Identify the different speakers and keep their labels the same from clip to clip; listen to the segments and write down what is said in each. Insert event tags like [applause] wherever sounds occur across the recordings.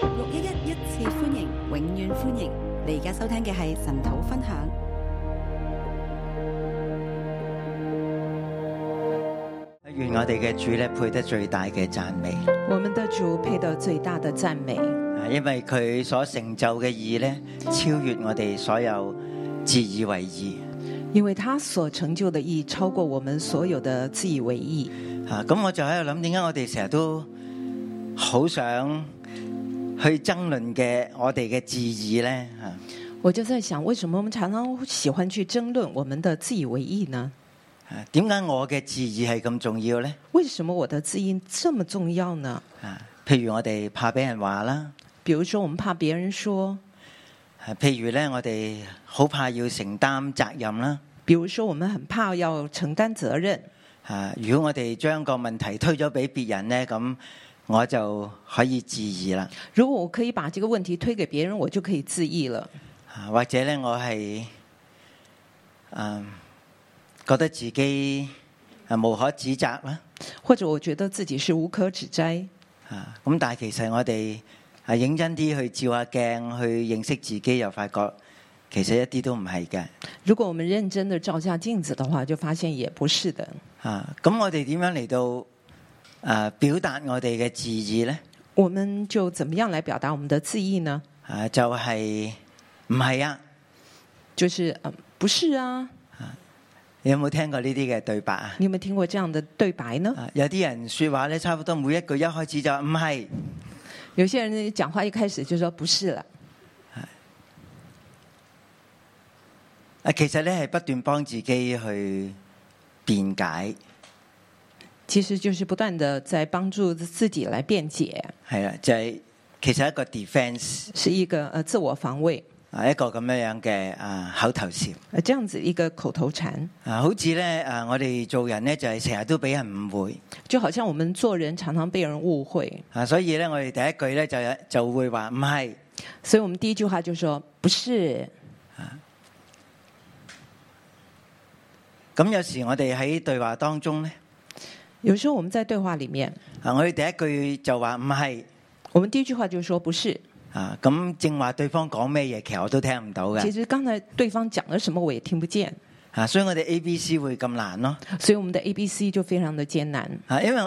Speaker 1: 六一一一次歡迎，永遠歡迎！你而家收聽嘅係神土分享。
Speaker 2: 願我哋嘅主咧配得最大嘅讚美，
Speaker 3: 我们的主配得最大的赞美，
Speaker 2: 啊因為佢所成就嘅義咧超越我哋所有自以為義
Speaker 3: 因为他所成就的义超过我们所有的自以为意。
Speaker 2: 啊！咁我就喺度諗，點解我哋成日都好想去爭論嘅我哋嘅自義咧？啊
Speaker 3: 我就在想，为什么我们常常喜欢去争论我们的自以为意呢？
Speaker 2: 啊，點解我嘅自義係咁重要咧？
Speaker 3: 为什么我的自意这么重要呢？
Speaker 2: 啊，譬如我哋怕俾人話啦，
Speaker 3: 比如说，我们怕别人说；
Speaker 2: 啊譬如咧我哋好怕要承擔責任啦。
Speaker 3: 比如说，我们很怕要承担责任。
Speaker 2: 啊，如果我哋將個問題推咗俾別人咧，咁我就可以自義啦。
Speaker 3: 如果我可以把这个问题推给别人，我就可以自意了。
Speaker 2: 啊，或者咧，我係嗯覺得自己啊無可指責啦，
Speaker 3: 或者我觉得自己是無可指摘。
Speaker 2: 啊咁，但係其實我哋啊認真啲去照下鏡，去認識自己，又發覺其實一啲都唔係嘅。
Speaker 3: 如果我们认真的照下镜子的话，就发现也不是的。
Speaker 2: 啊，咁我哋點樣嚟到啊表達我哋嘅自意咧？
Speaker 3: 我们就怎么样来表达我们的自意呢？
Speaker 2: 啊，就係唔係啊？
Speaker 3: 就是嗯，不是啊，
Speaker 2: 你有冇聽過呢啲嘅對白啊？
Speaker 3: 你有没有听过这样的对白呢？
Speaker 2: 啊，有啲人说話咧，差不多每一句一開始就話唔係，
Speaker 3: 有些人讲话一开始就说不是了，
Speaker 2: 啊，其實咧係不斷幫自己去辯解，
Speaker 3: 其实就是不断的在帮助自己来辩解，
Speaker 2: 係啦，就係其實一個 defense
Speaker 3: 是一个呃自我防卫，
Speaker 2: 啊，一個咁樣樣嘅啊口頭禪
Speaker 3: 呃这样子一个口头禅，
Speaker 2: 啊，好似咧啊，我哋做人咧就係成日都俾人誤會
Speaker 3: 就好像我们做人常常被人误会，
Speaker 2: 啊，所以咧我哋第一句咧就有就會話唔係
Speaker 3: 所以我们第一句话就说不是。
Speaker 2: 咁有時我哋喺對話當中咧
Speaker 3: 有时候我们在对话里面，
Speaker 2: 啊，我哋第一句就話唔係
Speaker 3: 我们第一句话就說不是，
Speaker 2: 啊，咁正話對方講咩嘢，其實我都聽唔到
Speaker 3: 其
Speaker 2: 嘅
Speaker 3: 实刚才对方讲了什么我也听不见，
Speaker 2: 啊，所以我哋 A、B、C 會咁難咯。
Speaker 3: 所以我们的 A、B、C 就非常的艰难。
Speaker 2: 啊，因為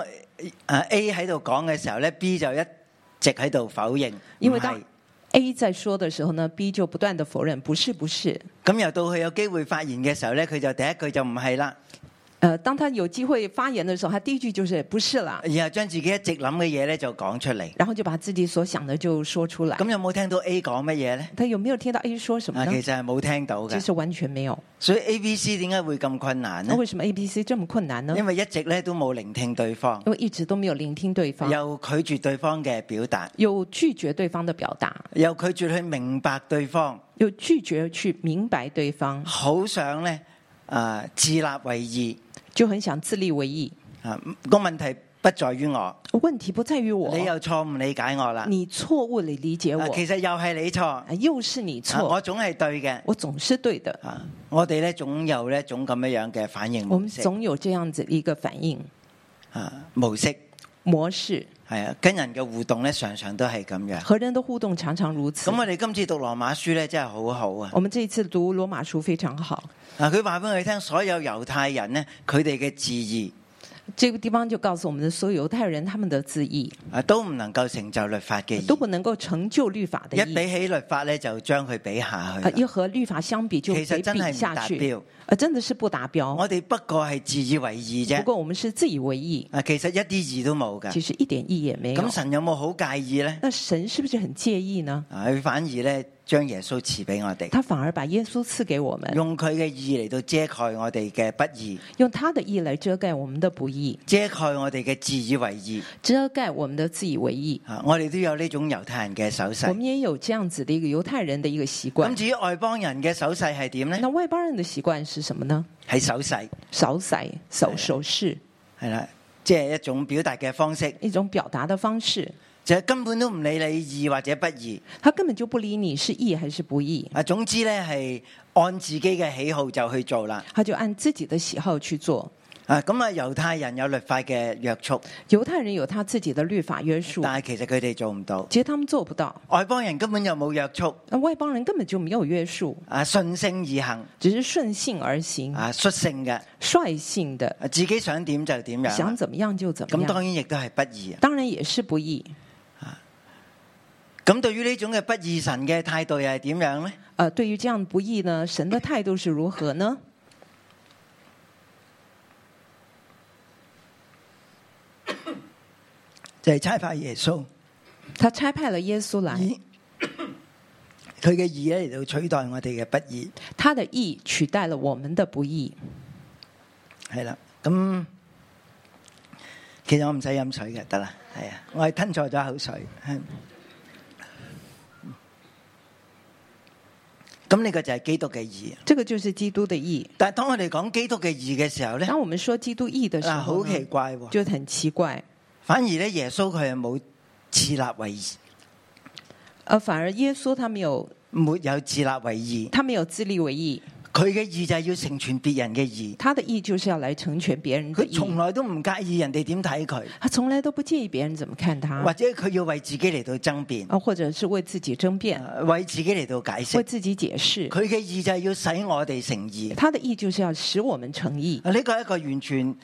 Speaker 2: 啊 A 喺度講嘅時候咧，B 就一直喺度否認，
Speaker 3: 因為
Speaker 2: 為
Speaker 3: 當 A 在说的时候呢，B 就不断的否认，不是不是。
Speaker 2: 咁又到佢有機會發言嘅時候咧，佢就第一句就唔係啦，
Speaker 3: 呃，当他有机会发言的时候，他第一句就是不是啦，
Speaker 2: 然後將自己一直諗嘅嘢咧就講出嚟。
Speaker 3: 然后就把自己所想的就说出来。
Speaker 2: 咁有冇聽到 A 講乜嘢咧？
Speaker 3: 他有没有听到 A 说什么
Speaker 2: 啊，
Speaker 3: 呢
Speaker 2: 其？實係冇嗯聽到
Speaker 3: 其
Speaker 2: 嘅，
Speaker 3: 实完全没有。
Speaker 2: 所以 A、B、C 點解會咁困難
Speaker 3: 那
Speaker 2: 呢？
Speaker 3: 为什么 A、B、C 这么困难呢？
Speaker 2: 因為一直咧都冇聆聽對方，
Speaker 3: 因为一直都没有聆听对方，
Speaker 2: 又拒絕對方嘅表達，
Speaker 3: 有拒绝对方的表达，
Speaker 2: 又拒絕去明白對方，
Speaker 3: 有拒绝去明白对方，
Speaker 2: 好想咧啊自立為義
Speaker 3: 就很想自立为意。
Speaker 2: 啊個問題不在於我，
Speaker 3: 问题不在于我，
Speaker 2: 你又錯誤理解我啦。
Speaker 3: 你错误地理解我
Speaker 2: 啊，其實又係你錯，啊
Speaker 3: 啊又是你错，
Speaker 2: 我總係對嘅。
Speaker 3: 我总是对的。
Speaker 2: 啊，我哋咧總有呢種咁樣樣嘅反應
Speaker 3: 我
Speaker 2: 模
Speaker 3: 们
Speaker 2: 式
Speaker 3: 总有这样子一个反应
Speaker 2: 啊模式
Speaker 3: 模式，
Speaker 2: 係啊，跟人嘅互動咧常常都係咁樣。
Speaker 3: 和人的互动常常如此
Speaker 2: 咁。我啊哋今次讀羅馬書咧真係好好啊！
Speaker 3: 我们这一次读羅馬書非常好，
Speaker 2: 啊，佢話俾我哋聽，所有猶太人呢，佢哋嘅自義
Speaker 3: 这个地方就告诉我们的所有猶太人，他们的自意
Speaker 2: 啊都唔能夠成就律法嘅
Speaker 3: 都
Speaker 2: 義，
Speaker 3: 不能够成就律法的
Speaker 2: 嗯一比
Speaker 3: 意，
Speaker 2: 起律法咧就將佢比下去
Speaker 3: 啊，一
Speaker 2: 啦。
Speaker 3: 和律法相比就
Speaker 2: 其實
Speaker 3: 被
Speaker 2: 真
Speaker 3: 比
Speaker 2: 係唔
Speaker 3: 下
Speaker 2: 達
Speaker 3: 去，
Speaker 2: 標，
Speaker 3: 啊，真的是不达标。
Speaker 2: 我哋不過係自以為義
Speaker 3: 不
Speaker 2: 啫。
Speaker 3: 过我们是自以为意，
Speaker 2: 啊，其實一啲義都冇噶
Speaker 3: 其。实一点意也没有
Speaker 2: 啊咁。神有冇好介意呢？
Speaker 3: 那神是不是很介意呢？
Speaker 2: 啊，佢反而咧將耶穌賜俾我哋。
Speaker 3: 他反而把耶穌赐给我们，
Speaker 2: 用佢嘅義嚟到遮蓋我哋嘅不義，
Speaker 3: 用他的意来遮盖我們的不義，
Speaker 2: 遮蓋我哋嘅自以為義。
Speaker 3: 遮盖我們的自以為意。
Speaker 2: 啊，我哋都有呢種猶太人嘅手
Speaker 3: 我
Speaker 2: 勢。
Speaker 3: 們也有這樣子的一個猶太人的一個習
Speaker 2: 咁
Speaker 3: 慣。
Speaker 2: 至於外邦人嘅手勢係點呢？
Speaker 3: 那外邦人的習慣是什麼呢？
Speaker 2: 係手勢，
Speaker 3: 少塞、手手勢，
Speaker 2: 係啦，即係一種表達嘅方式，
Speaker 3: 一種表達的方式。
Speaker 2: 就係根本都唔理你義或者不義。
Speaker 3: 他根本就不理你是義還是不義，
Speaker 2: 啊，總之呢係按自己嘅喜好就去做啦。
Speaker 3: 他就按自己的喜好去做。
Speaker 2: 啊，咁啊，猶太人有律法嘅約束，
Speaker 3: 犹太人有他自己的律法约束，
Speaker 2: 但係其實佢哋做唔到。
Speaker 3: 其实他们做不到。
Speaker 2: 外邦人根本就冇約束，
Speaker 3: 那外邦人根本就没有约束，
Speaker 2: 啊，順性而行，
Speaker 3: 只是顺性而行，
Speaker 2: 啊，率性嘅，
Speaker 3: 率性的
Speaker 2: 啊自己想點就點樣
Speaker 3: 想
Speaker 2: 啦。
Speaker 3: 怎么样就怎么
Speaker 2: 咁當
Speaker 3: 样。
Speaker 2: 然亦都係不義啊。
Speaker 3: 当然也是不易。
Speaker 2: 咁對於呢種嘅不義神嘅態度又係點樣呢？
Speaker 3: 呃，对于这样不易呢，神的态度是如何呢？
Speaker 2: 就係差派耶穌，
Speaker 3: 他差派了耶稣来，
Speaker 2: 以 [coughs] 佢嘅義咧嚟到取代我哋嘅不義，
Speaker 3: 他的义取代了我们的不义。
Speaker 2: 係啦。咁其實我唔使飲水嘅，得啦，係啊，我係吞錯咗口水。係咁呢個就係基督嘅義。
Speaker 3: 这个就是基督的义。
Speaker 2: 但係當我哋講基督嘅義嘅時候咧，
Speaker 3: 当我们说基督义的时
Speaker 2: 嗱
Speaker 3: 候
Speaker 2: 啊好
Speaker 3: 呢，
Speaker 2: 奇怪喎。
Speaker 3: 就很奇怪。
Speaker 2: 反而咧，耶穌佢係冇自立為義，
Speaker 3: 呃，反而耶穌他没有，
Speaker 2: 沒有自立為義。
Speaker 3: 他没有自立为义，
Speaker 2: 佢嘅義就係要成全別人嘅義。
Speaker 3: 他的义就是要来成全别人的
Speaker 2: 佢
Speaker 3: 义。
Speaker 2: 從來都唔介意人哋點睇佢，
Speaker 3: 他从来都不介意别人怎么看他，
Speaker 2: 或者佢要為自己嚟到爭辯，
Speaker 3: 啊，或者是为自己争辩，
Speaker 2: 呃為自己嚟到解
Speaker 3: 为
Speaker 2: 釋。
Speaker 3: 自己解释。
Speaker 2: 佢嘅義就係要使我哋成義。
Speaker 3: 他的义就是要使我们诚意，
Speaker 2: 呢個係一個完全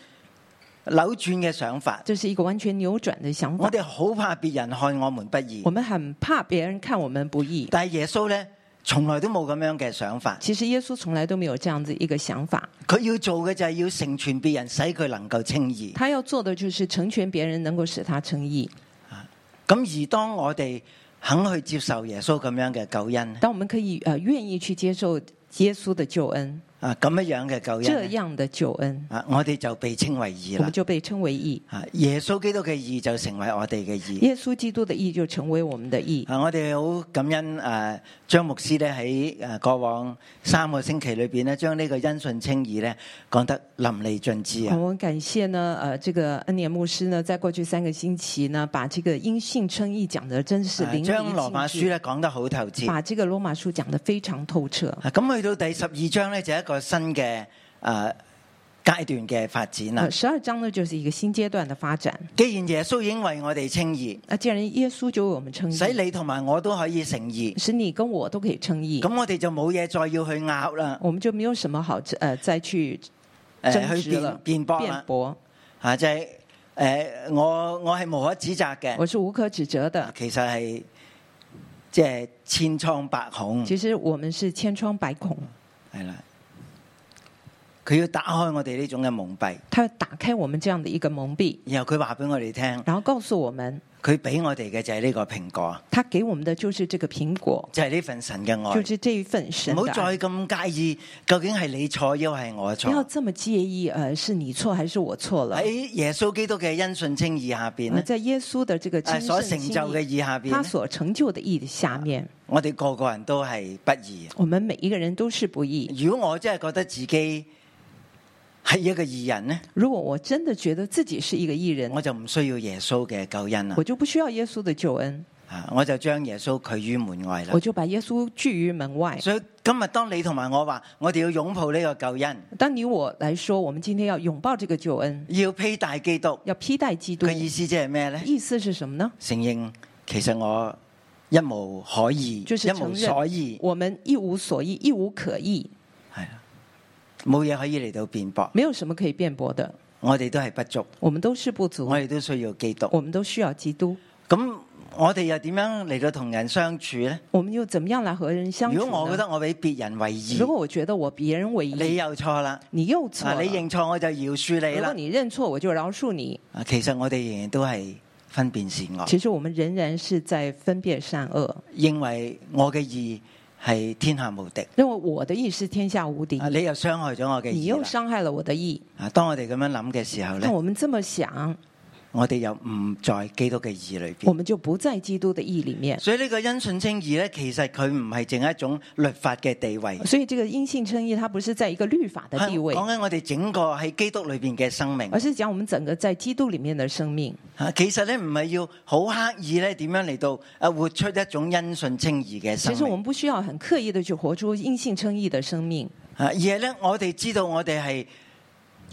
Speaker 2: 扭轉嘅想法。
Speaker 3: 这是一个完全扭转的想
Speaker 2: 我
Speaker 3: 法。
Speaker 2: 哋好怕別人看我們不
Speaker 3: 我
Speaker 2: 義，
Speaker 3: 们很怕别人看我们不义，
Speaker 2: 但係耶穌咧從來都冇咁樣嘅想法。
Speaker 3: 其实耶稣从来都没有这样子一个想法。
Speaker 2: 佢要做嘅就係要成全別人，使佢能夠稱義。
Speaker 3: 他要做的就是成全别人，能够使他称义。
Speaker 2: 咁而當我哋肯去接受耶穌咁樣嘅救恩，
Speaker 3: 当我们可以呃愿意去接受耶稣的救恩，
Speaker 2: 啊咁樣樣嘅救
Speaker 3: 这
Speaker 2: 恩呢，
Speaker 3: 样的救恩，
Speaker 2: 啊我哋就被稱為義
Speaker 3: 我
Speaker 2: 啦
Speaker 3: 们。就被称为义。
Speaker 2: 啊，耶穌基督嘅義就成為我哋嘅義。
Speaker 3: 耶稣基督的义就成为我们的义。
Speaker 2: 啊，我哋好感恩誒張牧師咧喺誒過往三個星期裏邊咧，將呢個因信稱義咧講得淋漓盡致
Speaker 3: 好
Speaker 2: 啊！
Speaker 3: 我们感谢呢，呃，这个恩年牧师呢，在过去三个星期呢，把这个因信称义讲的真是淋
Speaker 2: 將羅
Speaker 3: 漓
Speaker 2: 馬
Speaker 3: 尽
Speaker 2: 書
Speaker 3: 致，
Speaker 2: 咧講得好透徹。
Speaker 3: 把这个罗马书讲得非常透彻。
Speaker 2: 啊咁去到第十二章咧，就一個新嘅誒階段嘅發展啦
Speaker 3: 呃，。十二章呢，就是一个新阶段的发展。
Speaker 2: 既然耶穌已經為我哋稱義，
Speaker 3: 那既然耶稣就为我们称义，
Speaker 2: 使你同埋我都可以成義，
Speaker 3: 使你跟我都可以称义，
Speaker 2: 咁我哋就冇嘢再要去拗啦，
Speaker 3: 我们就没有什么好呃再去
Speaker 2: 誒
Speaker 3: 争
Speaker 2: 去
Speaker 3: 执了
Speaker 2: 辯、辯駁
Speaker 3: 辩
Speaker 2: 啦，
Speaker 3: 驳。
Speaker 2: 啊就係、誒我我係無可指責嘅。
Speaker 3: 我是无可指责的。
Speaker 2: 其實係即係千瘡百孔，
Speaker 3: 其实我们是千疮百孔，
Speaker 2: 係啦。佢要打開我哋呢種嘅蒙蔽，
Speaker 3: 他打开我们这样的一个蒙蔽，
Speaker 2: 然後佢話俾我哋聽，
Speaker 3: 然后告诉我们，
Speaker 2: 佢俾我哋嘅就係呢個蘋果，
Speaker 3: 他给我们的就是这个苹果，
Speaker 2: 就係呢份神嘅
Speaker 3: 就
Speaker 2: 愛。
Speaker 3: 是这一份神
Speaker 2: 哎唔好
Speaker 3: 的爱。
Speaker 2: 再咁介意，究竟係你錯，抑或係我
Speaker 3: 不要
Speaker 2: 錯？
Speaker 3: 这么介意，呃，是你错还是我错了？
Speaker 2: 喺耶穌基督嘅因信稱義下邊
Speaker 3: 呃
Speaker 2: 咧，
Speaker 3: 在耶稣的这个
Speaker 2: 誒
Speaker 3: 亲
Speaker 2: 呃哎所
Speaker 3: 圣
Speaker 2: 成
Speaker 3: 心
Speaker 2: 就嘅啊
Speaker 3: 意，
Speaker 2: 義下邊
Speaker 3: 他
Speaker 2: 咧，
Speaker 3: 所成就的义的下面，
Speaker 2: 我哋個個人都係不義。
Speaker 3: 我们每一个人都是不义。
Speaker 2: 如果我真係覺得自己係一個義人咧，
Speaker 3: 如果我真的觉得自己是一个义人，
Speaker 2: 我就嗯唔需要耶穌嘅救恩啦
Speaker 3: 我。就不需要耶稣的救恩，
Speaker 2: 啊，我就將耶穌拒於門外啦
Speaker 3: 我。就把耶稣拒于门外。
Speaker 2: 所以今日當你同埋我話，我哋要擁抱呢個救恩，
Speaker 3: 当你我来说，我们今天要拥抱这个救恩，
Speaker 2: 要披戴基督，
Speaker 3: 要披戴基督
Speaker 2: 佢。意思即係咩呢？
Speaker 3: 意思是什么呢？
Speaker 2: 承認其實我一無可以，
Speaker 3: 就是
Speaker 2: 一無所以，
Speaker 3: 我们一无所依，一无可依，
Speaker 2: 係啦，冇嘢可以嚟到辯駁。
Speaker 3: 没有什么可以辩驳的。
Speaker 2: 我哋都係不足，
Speaker 3: 我们都是不足
Speaker 2: 我，哋都需要基督。
Speaker 3: 我们都需要基督。
Speaker 2: 咁我哋又點樣嚟到同人相處呢？
Speaker 3: 我们又怎么样来和人相处
Speaker 2: 如
Speaker 3: 呢？嗯
Speaker 2: 果我覺得我俾別人為義，
Speaker 3: 如果我觉得我别人为
Speaker 2: 你
Speaker 3: 义，
Speaker 2: 又錯啦，
Speaker 3: 你又错
Speaker 2: 啊
Speaker 3: 了
Speaker 2: 你認錯我就饒恕你
Speaker 3: 如果
Speaker 2: 啦。
Speaker 3: 你认错，我就饶恕你。
Speaker 2: 啊其實我哋仍然都係分辨善惡。
Speaker 3: 其实我们仍然是在分辨善恶，
Speaker 2: 認為我嘅義係天下無敵，
Speaker 3: 认为我的义是天下无敌
Speaker 2: 啊，，你又傷害咗我嘅
Speaker 3: 你
Speaker 2: 義
Speaker 3: 又
Speaker 2: 啦。
Speaker 3: 伤害了我的义。
Speaker 2: 啊，當我哋咁樣諗嘅時候
Speaker 3: 那
Speaker 2: 咧，
Speaker 3: 我们这么想，
Speaker 2: 我哋又唔在基督嘅義裏
Speaker 3: 我
Speaker 2: 邊。
Speaker 3: 们就不在基督的义里面。
Speaker 2: 所以呢個因信稱義咧，其實佢唔係淨係一種律法嘅地位，
Speaker 3: 所以这个因信称义，它不是在一个律法的
Speaker 2: 係
Speaker 3: 地位，
Speaker 2: 講緊哎我哋整個喺基督裏邊嘅生命
Speaker 3: 而。是讲我们整个在基督里面的生命。
Speaker 2: 啊，其實咧唔係要好刻意咧點樣嚟到啊活出一種因信稱義嘅生
Speaker 3: 其实我
Speaker 2: 命。
Speaker 3: 们不需要很刻意的去活出因信称义的生命，
Speaker 2: 啊，而係咧我哋知道我哋係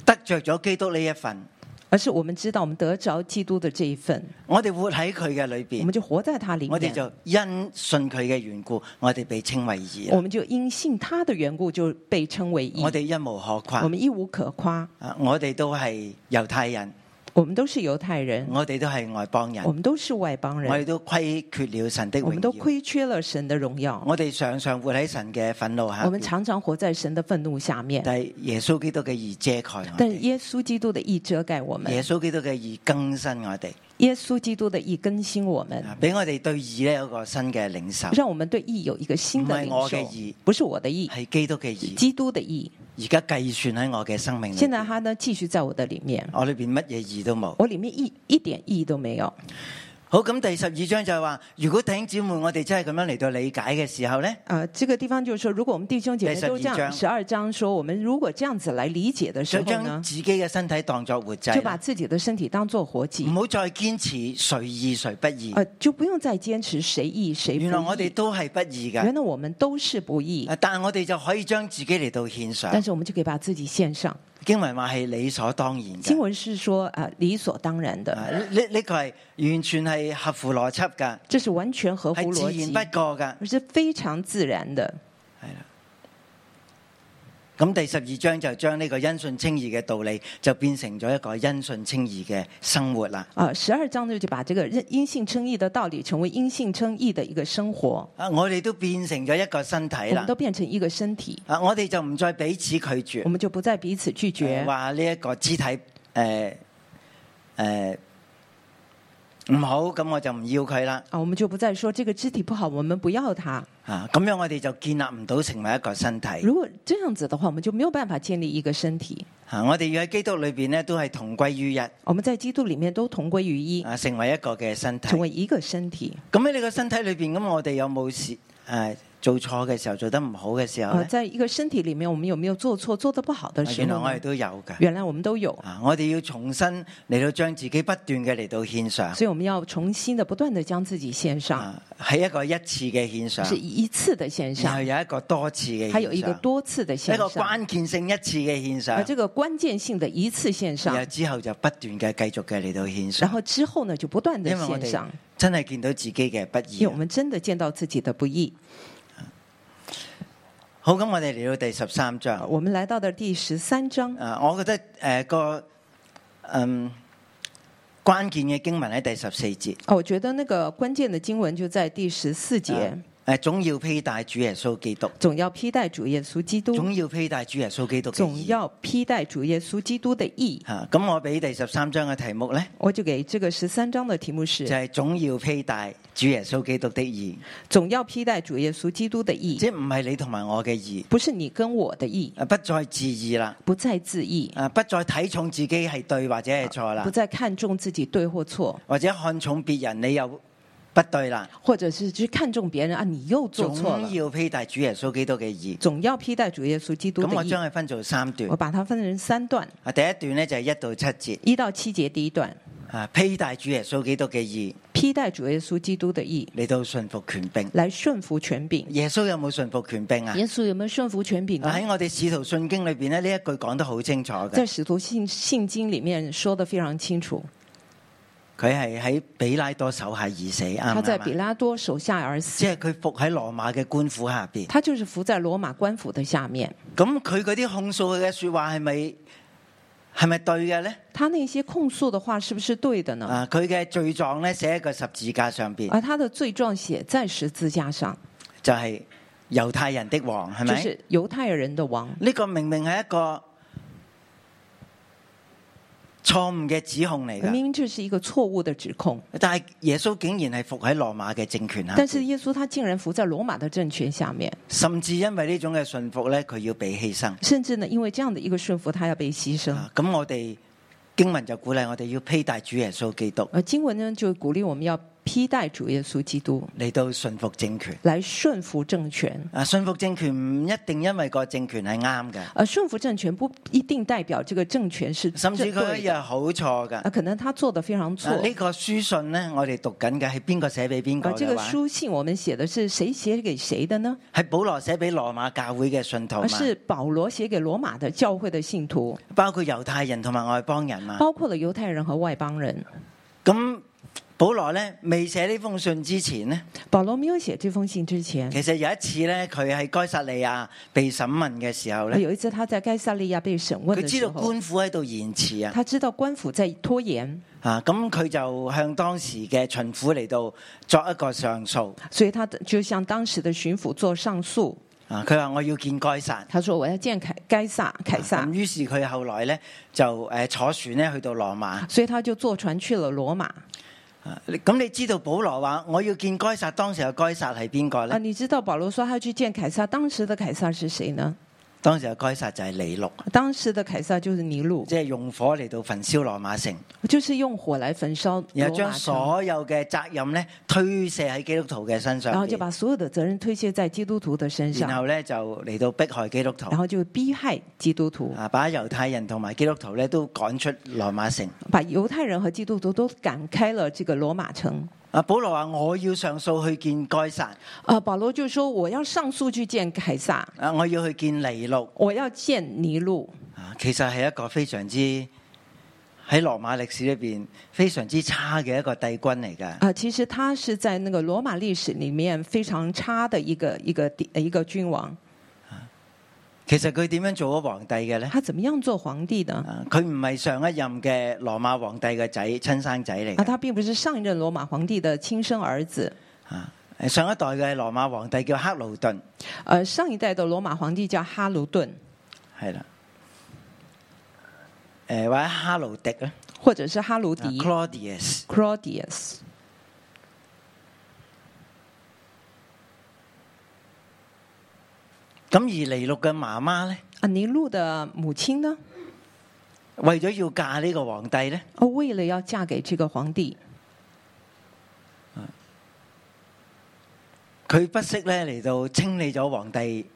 Speaker 2: 得着咗基督呢一份，
Speaker 3: 而是我们知道我们得着基督的这一份，
Speaker 2: 我哋活喺佢嘅裏
Speaker 3: 我
Speaker 2: 边
Speaker 3: 们，就啊活在他里
Speaker 2: 我哋
Speaker 3: 面。
Speaker 2: 就因信佢嘅緣故，我哋被稱為義
Speaker 3: 我
Speaker 2: 啦。
Speaker 3: 们就因信他的缘故就被称为义
Speaker 2: 我，哋一無可
Speaker 3: 我
Speaker 2: 誇，
Speaker 3: 们一无可夸，
Speaker 2: 啊我哋都係猶太人，
Speaker 3: 我们都是犹太人，
Speaker 2: 我哋都係外邦人
Speaker 3: 我，们都是外邦
Speaker 2: 我哋
Speaker 3: 人，
Speaker 2: 都虧缺了神的
Speaker 3: 我们都
Speaker 2: 榮耀。
Speaker 3: 亏缺了神的荣耀，
Speaker 2: 我哋常常活喺神嘅憤怒下
Speaker 3: 我们
Speaker 2: 邊，
Speaker 3: 常常活在神的愤怒下面。
Speaker 2: 但係耶穌基督嘅義遮蓋我
Speaker 3: 但
Speaker 2: 哋，
Speaker 3: 耶稣基督的义遮盖我
Speaker 2: 耶
Speaker 3: 们，
Speaker 2: 穌基督嘅義更新我哋，
Speaker 3: 耶稣基督的义更新我们，
Speaker 2: 啊俾我哋對義咧有一個新嘅領受，
Speaker 3: 让我们对义有一个新的
Speaker 2: 唔係
Speaker 3: 领
Speaker 2: 我嘅
Speaker 3: 受
Speaker 2: 義，
Speaker 3: 不是我的义，
Speaker 2: 係基督嘅義，
Speaker 3: 基督的义。
Speaker 2: 而家計算喺我嘅生命裏
Speaker 3: 现
Speaker 2: 邊。
Speaker 3: 在他呢继续在我的里面，
Speaker 2: 我裏边乜嘢義都冇。
Speaker 3: 我里面一一点义都没有。
Speaker 2: 好，咁第十二章就係話，如果弟兄姊妹我哋真係咁樣嚟到理解嘅時候呢，
Speaker 3: 呃，这个地方就是说，如果我们弟兄姐妹都这样，
Speaker 2: 第十二章
Speaker 3: 十二章说，我们如果这样子来理解的时
Speaker 2: 就
Speaker 3: 候呢
Speaker 2: 將，自己嘅身體當作活祭
Speaker 3: 就把
Speaker 2: 啦，
Speaker 3: 自己的身体当做活
Speaker 2: 唔
Speaker 3: 祭，
Speaker 2: 好再堅持誰義誰不義。
Speaker 3: 呃，就不用再坚持谁义谁不
Speaker 2: 原來我哋
Speaker 3: 义。
Speaker 2: 都係不義
Speaker 3: 原
Speaker 2: 噶，
Speaker 3: 来我们都是不义，
Speaker 2: 啊但係我哋就可以將自己嚟到獻上
Speaker 3: 但。是我们就可以把自己献上。
Speaker 2: 經文話係理所當然
Speaker 3: 经
Speaker 2: 嘅，
Speaker 3: 文是说，呃，理所当然
Speaker 2: 啊
Speaker 3: 的，
Speaker 2: 呢呢個係完全係合乎邏輯噶，
Speaker 3: 这是完全合乎
Speaker 2: 係
Speaker 3: 逻
Speaker 2: 自然
Speaker 3: 辑，
Speaker 2: 不過噶。
Speaker 3: 而是非常自然的。
Speaker 2: 咁第十二章就將呢個因信稱義嘅道理，就變成咗一個因信稱義嘅生活啦。
Speaker 3: 啊，十二章呢就把这个因因信称义的道理，成为因信称义的一个生活。
Speaker 2: 啊，我哋都變成咗一個身體
Speaker 3: 我们
Speaker 2: 啦
Speaker 3: 都。变成一个身体，
Speaker 2: 啊，我哋就唔再彼此拒
Speaker 3: 我
Speaker 2: 絕，
Speaker 3: 们就不再彼此拒绝
Speaker 2: 呃，話呢一個肢體诶诶唔好，咁我就唔要佢啦。
Speaker 3: 啊，我们就不再说这个肢体不好，我们不要它。
Speaker 2: 啊，咁樣我哋就建立唔到成為一個身體。
Speaker 3: 如果这样子的话，我们就没有办法建立一个身体。
Speaker 2: 啊，我哋要喺基督裏边咧，都係同歸於一，啊，
Speaker 3: 我们在基督里面都同归于一，
Speaker 2: 成為一個嘅身體。
Speaker 3: 成为
Speaker 2: 咁
Speaker 3: 一个身体。
Speaker 2: 喺你個身體裏边，咁我哋有冇事诶做錯嘅時候，做得唔好嘅時候
Speaker 3: 啊，
Speaker 2: 咧？
Speaker 3: 在一个身体里面，我们有没有做错、做得不好的时
Speaker 2: 原來
Speaker 3: 候
Speaker 2: 我哋
Speaker 3: 呢？
Speaker 2: 都有噶。
Speaker 3: 原来我们都有，
Speaker 2: 啊，我哋要重新嚟到將自己不斷嘅嚟到獻上，
Speaker 3: 所以我们要重新的、不断的将自己献上，
Speaker 2: 啊，係一個一次嘅獻上
Speaker 3: 是。一次的献
Speaker 2: 然後
Speaker 3: 上，
Speaker 2: 有一個多次嘅獻上，
Speaker 3: 还有一个多次的献
Speaker 2: 一個
Speaker 3: 上，啊
Speaker 2: 關鍵性一次嘅獻上
Speaker 3: 而，这个关键性的一次献
Speaker 2: 然
Speaker 3: 上
Speaker 2: 後，之後就不斷嘅繼續嘅嚟到獻
Speaker 3: 然
Speaker 2: 上，
Speaker 3: 后之后呢，就不断的
Speaker 2: 因為我
Speaker 3: 献上
Speaker 2: 哋。真係見到自己嘅不
Speaker 3: 因为我
Speaker 2: 義。啊
Speaker 3: 们真的见到自己的不易。
Speaker 2: 好，咁我哋嚟到第十三章，
Speaker 3: 我们来到的第十三章，
Speaker 2: 啊，我覺得诶个嗯关键嘅經文喺第十四節，
Speaker 3: 哦，我觉得那个关键的经文就在第十四节，
Speaker 2: 诶呃總要披戴主耶穌基督，
Speaker 3: 总要披戴主耶稣基督，
Speaker 2: 總要披戴主耶穌基督嘅
Speaker 3: 总
Speaker 2: 義。
Speaker 3: 要披戴主耶稣基督的义。
Speaker 2: 吓，咁我俾第十三章嘅題目呢，
Speaker 3: 我就给这个十三章的题目：
Speaker 2: 就是係總要披戴主耶穌基督的義，
Speaker 3: 总要披戴主耶稣基督的义，
Speaker 2: 即係唔係你同埋我嘅義，
Speaker 3: 不是你跟我的义，
Speaker 2: 啊不再自義啦。
Speaker 3: 不再自义，
Speaker 2: 啊，不再睇重自己係對或者係錯啦
Speaker 3: 啊不，再看重自己对或错，
Speaker 2: 或者看重別人你又不對啦。
Speaker 3: 或者是去看重别人啊，你又做错了
Speaker 2: 總。要披戴主耶穌基督嘅義。
Speaker 3: 总要披戴主耶稣基督
Speaker 2: 咁我
Speaker 3: 的义。
Speaker 2: 將佢分做三段
Speaker 3: 我。把它分成三段，
Speaker 2: 啊，第一段呢就係一到七節，
Speaker 3: 一到七节第一段。
Speaker 2: 啊，披戴主耶穌基督嘅義
Speaker 3: 披戴主耶稣基督的义，
Speaker 2: 嚟到信服權柄。
Speaker 3: 来顺服权柄。
Speaker 2: 耶穌有冇信服權柄啊？
Speaker 3: 耶稣有没有顺服权柄呢？
Speaker 2: 啊喺我哋使徒信經裏边呢，呢一句講得好清楚
Speaker 3: 哎在
Speaker 2: 嘅，
Speaker 3: 使徒信信经里面说的非常清楚，
Speaker 2: 佢係喺比拉多手下而死，啱
Speaker 3: 他
Speaker 2: 唔
Speaker 3: 在比
Speaker 2: 啱啊？
Speaker 3: 拉多手下而死
Speaker 2: 即，係佢服喺羅馬嘅官府下边。
Speaker 3: 他就是伏在罗马官府的下面。
Speaker 2: 咁佢嗰啲控訴佢嘅说話係咪系咪对嘅呢？
Speaker 3: 他那些控诉的话是不是对的呢？
Speaker 2: 啊，佢嘅罪狀咧寫喺個十字架上边，
Speaker 3: 而他的罪状写在十字架上，
Speaker 2: 就係猶太人的王，係
Speaker 3: 就
Speaker 2: 咪？
Speaker 3: 是犹太人的王。
Speaker 2: 呢個明明係一個錯誤嘅指控嚟
Speaker 3: 明
Speaker 2: 㗎，
Speaker 3: 明这是一个错误的指控，
Speaker 2: 但係耶穌竟然係服喺羅馬嘅政權下
Speaker 3: 但，是耶稣他竟然伏在罗马的政权下面，
Speaker 2: 甚至因為呢種嘅信服咧，佢要被犧牲。
Speaker 3: 甚至呢，因为这样的一个顺服，他要被牺牲。
Speaker 2: 啊咁我哋經文就鼓勵我哋要披戴主耶穌基督，
Speaker 3: 呃而经文呢，就鼓励我们要披戴主耶稣基督，
Speaker 2: 嚟到順服政權。
Speaker 3: 来顺服政权。
Speaker 2: 啊，信服政權唔一定因為個政權係啱嘅，
Speaker 3: 而呃顺服政权不一定代表这个政权是
Speaker 2: 甚至
Speaker 3: 正
Speaker 2: 佢
Speaker 3: 对
Speaker 2: 一樣
Speaker 3: 的，
Speaker 2: 好錯嘅。
Speaker 3: 啊，可能他做的非常错
Speaker 2: 啊。呢個書信呢，我哋讀緊嘅係邊個寫俾邊個
Speaker 3: 而呃这
Speaker 2: 嘅
Speaker 3: 个
Speaker 2: 話，
Speaker 3: 书信我们写的是谁写给谁的呢？
Speaker 2: 係保羅寫俾羅馬教會嘅信徒
Speaker 3: 而
Speaker 2: 嘛，
Speaker 3: 是保罗寫給羅馬的教會的信徒，
Speaker 2: 包括猶太人同埋外邦人嘛。
Speaker 3: 包括了猶太人和外邦人。
Speaker 2: 咁保羅呢，未寫呢封信之前呢，
Speaker 3: 保罗没有寫這封信之前，
Speaker 2: 其實有一次呢，佢喺該撒利亞被審問嘅時候呢，
Speaker 3: 呃有一次他在該撒利亞被審問
Speaker 2: 佢
Speaker 3: 的
Speaker 2: 知
Speaker 3: 時
Speaker 2: 道
Speaker 3: 候，
Speaker 2: 官府喺度延遲啊，
Speaker 3: 他知道官府在拖延，
Speaker 2: 啊咁佢就向當時嘅巡撫嚟到作一個上訴
Speaker 3: 所以他就向當時的巡撫做上訴。
Speaker 2: 啊，佢話我要見該撒。
Speaker 3: 他說：我要見凱該撒凱撒
Speaker 2: 咁。於是佢後來咧就誒坐船咧去到羅馬。啊
Speaker 3: 所以他就坐船去了羅馬
Speaker 2: 咁你知道保羅話我要見該撒，當時嘅該撒係邊個
Speaker 3: 啊！
Speaker 2: 咧？
Speaker 3: 你知道保罗說他去見凱撒，當時的凱撒是誰呢？
Speaker 2: 當時嘅該撒就係尼禄，
Speaker 3: 當時的凱撒就是尼禄，
Speaker 2: 即係用火嚟到焚燒羅馬城，
Speaker 3: 就是用火來焚燒羅
Speaker 2: 然後將
Speaker 3: 馬城
Speaker 2: 所有嘅責任咧推卸喺基督徒嘅身上
Speaker 3: 然
Speaker 2: 邊，
Speaker 3: 后就把所有的责任推卸在基督徒的身
Speaker 2: 然
Speaker 3: 上，
Speaker 2: 後咧就嚟到迫害基督徒
Speaker 3: 然。后就逼害基督徒，
Speaker 2: 啊！把猶太人同埋基督徒咧都趕出羅馬城。
Speaker 3: 把犹太人和基督徒都赶開了这个罗马城。
Speaker 2: 啊，保羅話：我要上訴去見該撒，
Speaker 3: 呃，保罗就说：“我要上诉去见凯撒，
Speaker 2: 啊，我要去見尼禄。
Speaker 3: 我要见尼禄。
Speaker 2: 啊，其實係一個非常之喺羅馬歷史裏邊非常之差嘅一個帝君嚟㗎。
Speaker 3: 啊、其实他是在那个罗马历史里面非常差的一个一个地呃一个君王。
Speaker 2: 其實佢點樣做咗皇帝嘅呢？
Speaker 3: 他怎么样做皇帝呢？
Speaker 2: 啊佢唔係上一任嘅羅馬皇帝嘅仔，親生仔嚟
Speaker 3: 啊，
Speaker 2: 㗎。
Speaker 3: 他并不是上一任罗马皇帝的亲生儿子，
Speaker 2: 啊，上一代嘅羅馬皇帝叫克勞頓，
Speaker 3: 呃，上一代的罗马皇帝叫哈卢顿，
Speaker 2: 係啦。誒或者哈勞迪咧
Speaker 3: 或者是哈卢迪
Speaker 2: 啊，Claudius，
Speaker 3: （Claudius）。
Speaker 2: 咁而尼禄嘅媽媽呢，
Speaker 3: 啊，尼禄的母亲呢？
Speaker 2: 為咗要嫁呢個皇帝呢，
Speaker 3: 哦，为了要嫁给这个皇帝，
Speaker 2: 佢不惜咧嚟到清理咗皇帝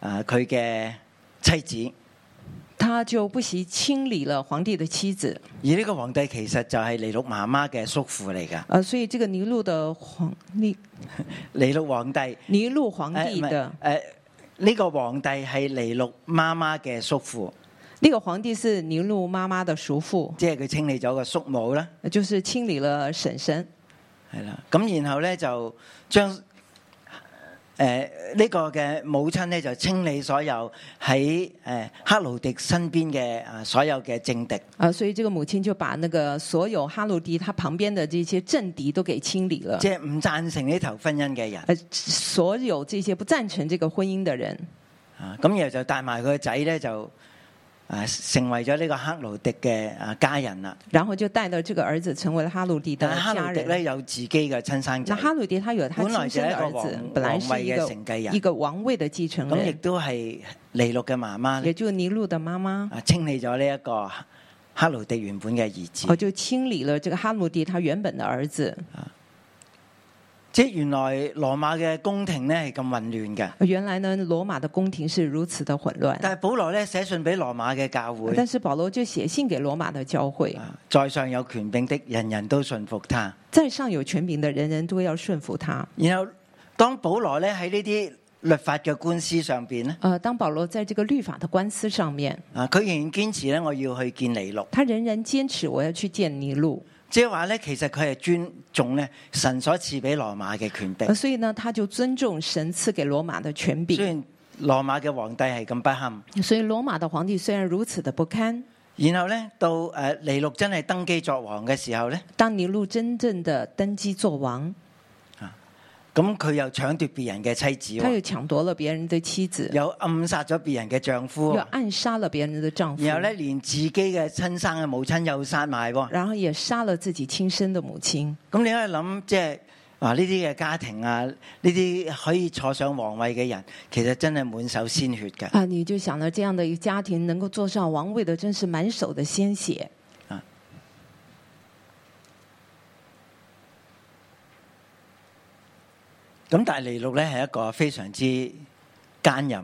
Speaker 2: 啊佢嘅妻子。
Speaker 3: 他就不惜清理了皇帝的妻子。
Speaker 2: 而呢個皇帝其實就係尼禄媽媽嘅叔父嚟㗎，
Speaker 3: 呃，所以这个尼禄的皇尼
Speaker 2: 尼禄皇帝，
Speaker 3: 尼禄皇
Speaker 2: 誒
Speaker 3: 帝
Speaker 2: 唔係
Speaker 3: 的、
Speaker 2: 誒呢個皇帝係尼禄媽媽嘅叔父，
Speaker 3: 那个皇帝是尼禄妈妈的叔父，
Speaker 2: 即係佢清理咗個叔母啦，
Speaker 3: 呃就是清理了婶婶。
Speaker 2: 係啦。咁然後咧就將誒呢個嘅母親咧就清理所有喺誒克勞迪身邊嘅啊所有嘅政敵，
Speaker 3: 啊，所以这个母亲就把那个所有哈鲁迪他旁边的这些政敌都给清理了，
Speaker 2: 即係唔贊成呢頭婚姻嘅人
Speaker 3: 呃，所有這些不赞成这个婚姻的人，
Speaker 2: 啊。咁然後就帶埋佢個仔咧就啊成為咗呢個克勞迪嘅啊家人啦。
Speaker 3: 然后就带了这个儿子成为了哈鲁迪的
Speaker 2: 但係哈
Speaker 3: 啊家
Speaker 2: 魯迪
Speaker 3: 人。
Speaker 2: 咧有自己嘅親生仔
Speaker 3: 那，哈鲁迪他有他
Speaker 2: 本来
Speaker 3: 亲
Speaker 2: 就
Speaker 3: 生
Speaker 2: 一
Speaker 3: 的
Speaker 2: 个
Speaker 3: 儿
Speaker 2: 王
Speaker 3: 子，本来
Speaker 2: 王
Speaker 3: 是
Speaker 2: 位
Speaker 3: 一
Speaker 2: 嘅
Speaker 3: 个
Speaker 2: 承繼人
Speaker 3: 一个王位的继承
Speaker 2: 咁亦
Speaker 3: 人，
Speaker 2: 都係尼禄嘅媽媽
Speaker 3: 也
Speaker 2: 咧
Speaker 3: 就是尼禄的妈妈。
Speaker 2: 啊清理咗呢一個克勞迪原本嘅兒
Speaker 3: 我
Speaker 2: 子，
Speaker 3: 哦就清理了这个哈姆迪他原本的儿子。
Speaker 2: 即係原來羅馬嘅宮廷呢係咁混亂嘅。
Speaker 3: 呃原来呢，罗马的宫廷是如此的混乱。
Speaker 2: 但係保羅咧寫信俾羅馬嘅教會，
Speaker 3: 但是保罗就写信给罗马的教会，
Speaker 2: 啊在上有權柄的人人都信服他。
Speaker 3: 在上有权柄的人人都要顺服他。
Speaker 2: 然後當保羅咧喺呢啲律法嘅官司上邊咧，
Speaker 3: 呃，当保罗在这个律法的官司上面，
Speaker 2: 啊佢仍然堅持咧我要去見尼禄，
Speaker 3: 他仍然坚持我要去见尼禄，
Speaker 2: 即係話咧其實佢係尊重咧神所賜俾羅馬嘅權柄
Speaker 3: 呃，。所以呢，他就尊重神赐给罗马的权
Speaker 2: 雖
Speaker 3: 柄。
Speaker 2: 然羅馬嘅皇帝係咁不堪，
Speaker 3: 所以罗马的皇帝虽然如此的不堪，
Speaker 2: 然後咧到诶尼禄真係登基作王嘅時候咧，
Speaker 3: 当尼禄真正的登基做王，
Speaker 2: 咁佢又搶奪別人嘅妻子
Speaker 3: 他
Speaker 2: 喎，
Speaker 3: 又搶奪了別人的妻子，
Speaker 2: 又暗殺咗別人嘅丈夫
Speaker 3: 又
Speaker 2: 喎，
Speaker 3: 暗殺了別人的丈夫，
Speaker 2: 然後咧連自己嘅親生嘅母親又殺埋喎。
Speaker 3: 然後也殺了自己親生的母親。
Speaker 2: 咁你可以諗，即係啊呢啲嘅家庭啊，呢啲可以坐上皇位嘅人，其實真係滿手鮮血嘅。
Speaker 3: 啊，你就想了這樣的一個家庭能夠坐上王位的，真是滿手的鮮血。
Speaker 2: 咁但係尼禄咧係一個非常之奸淫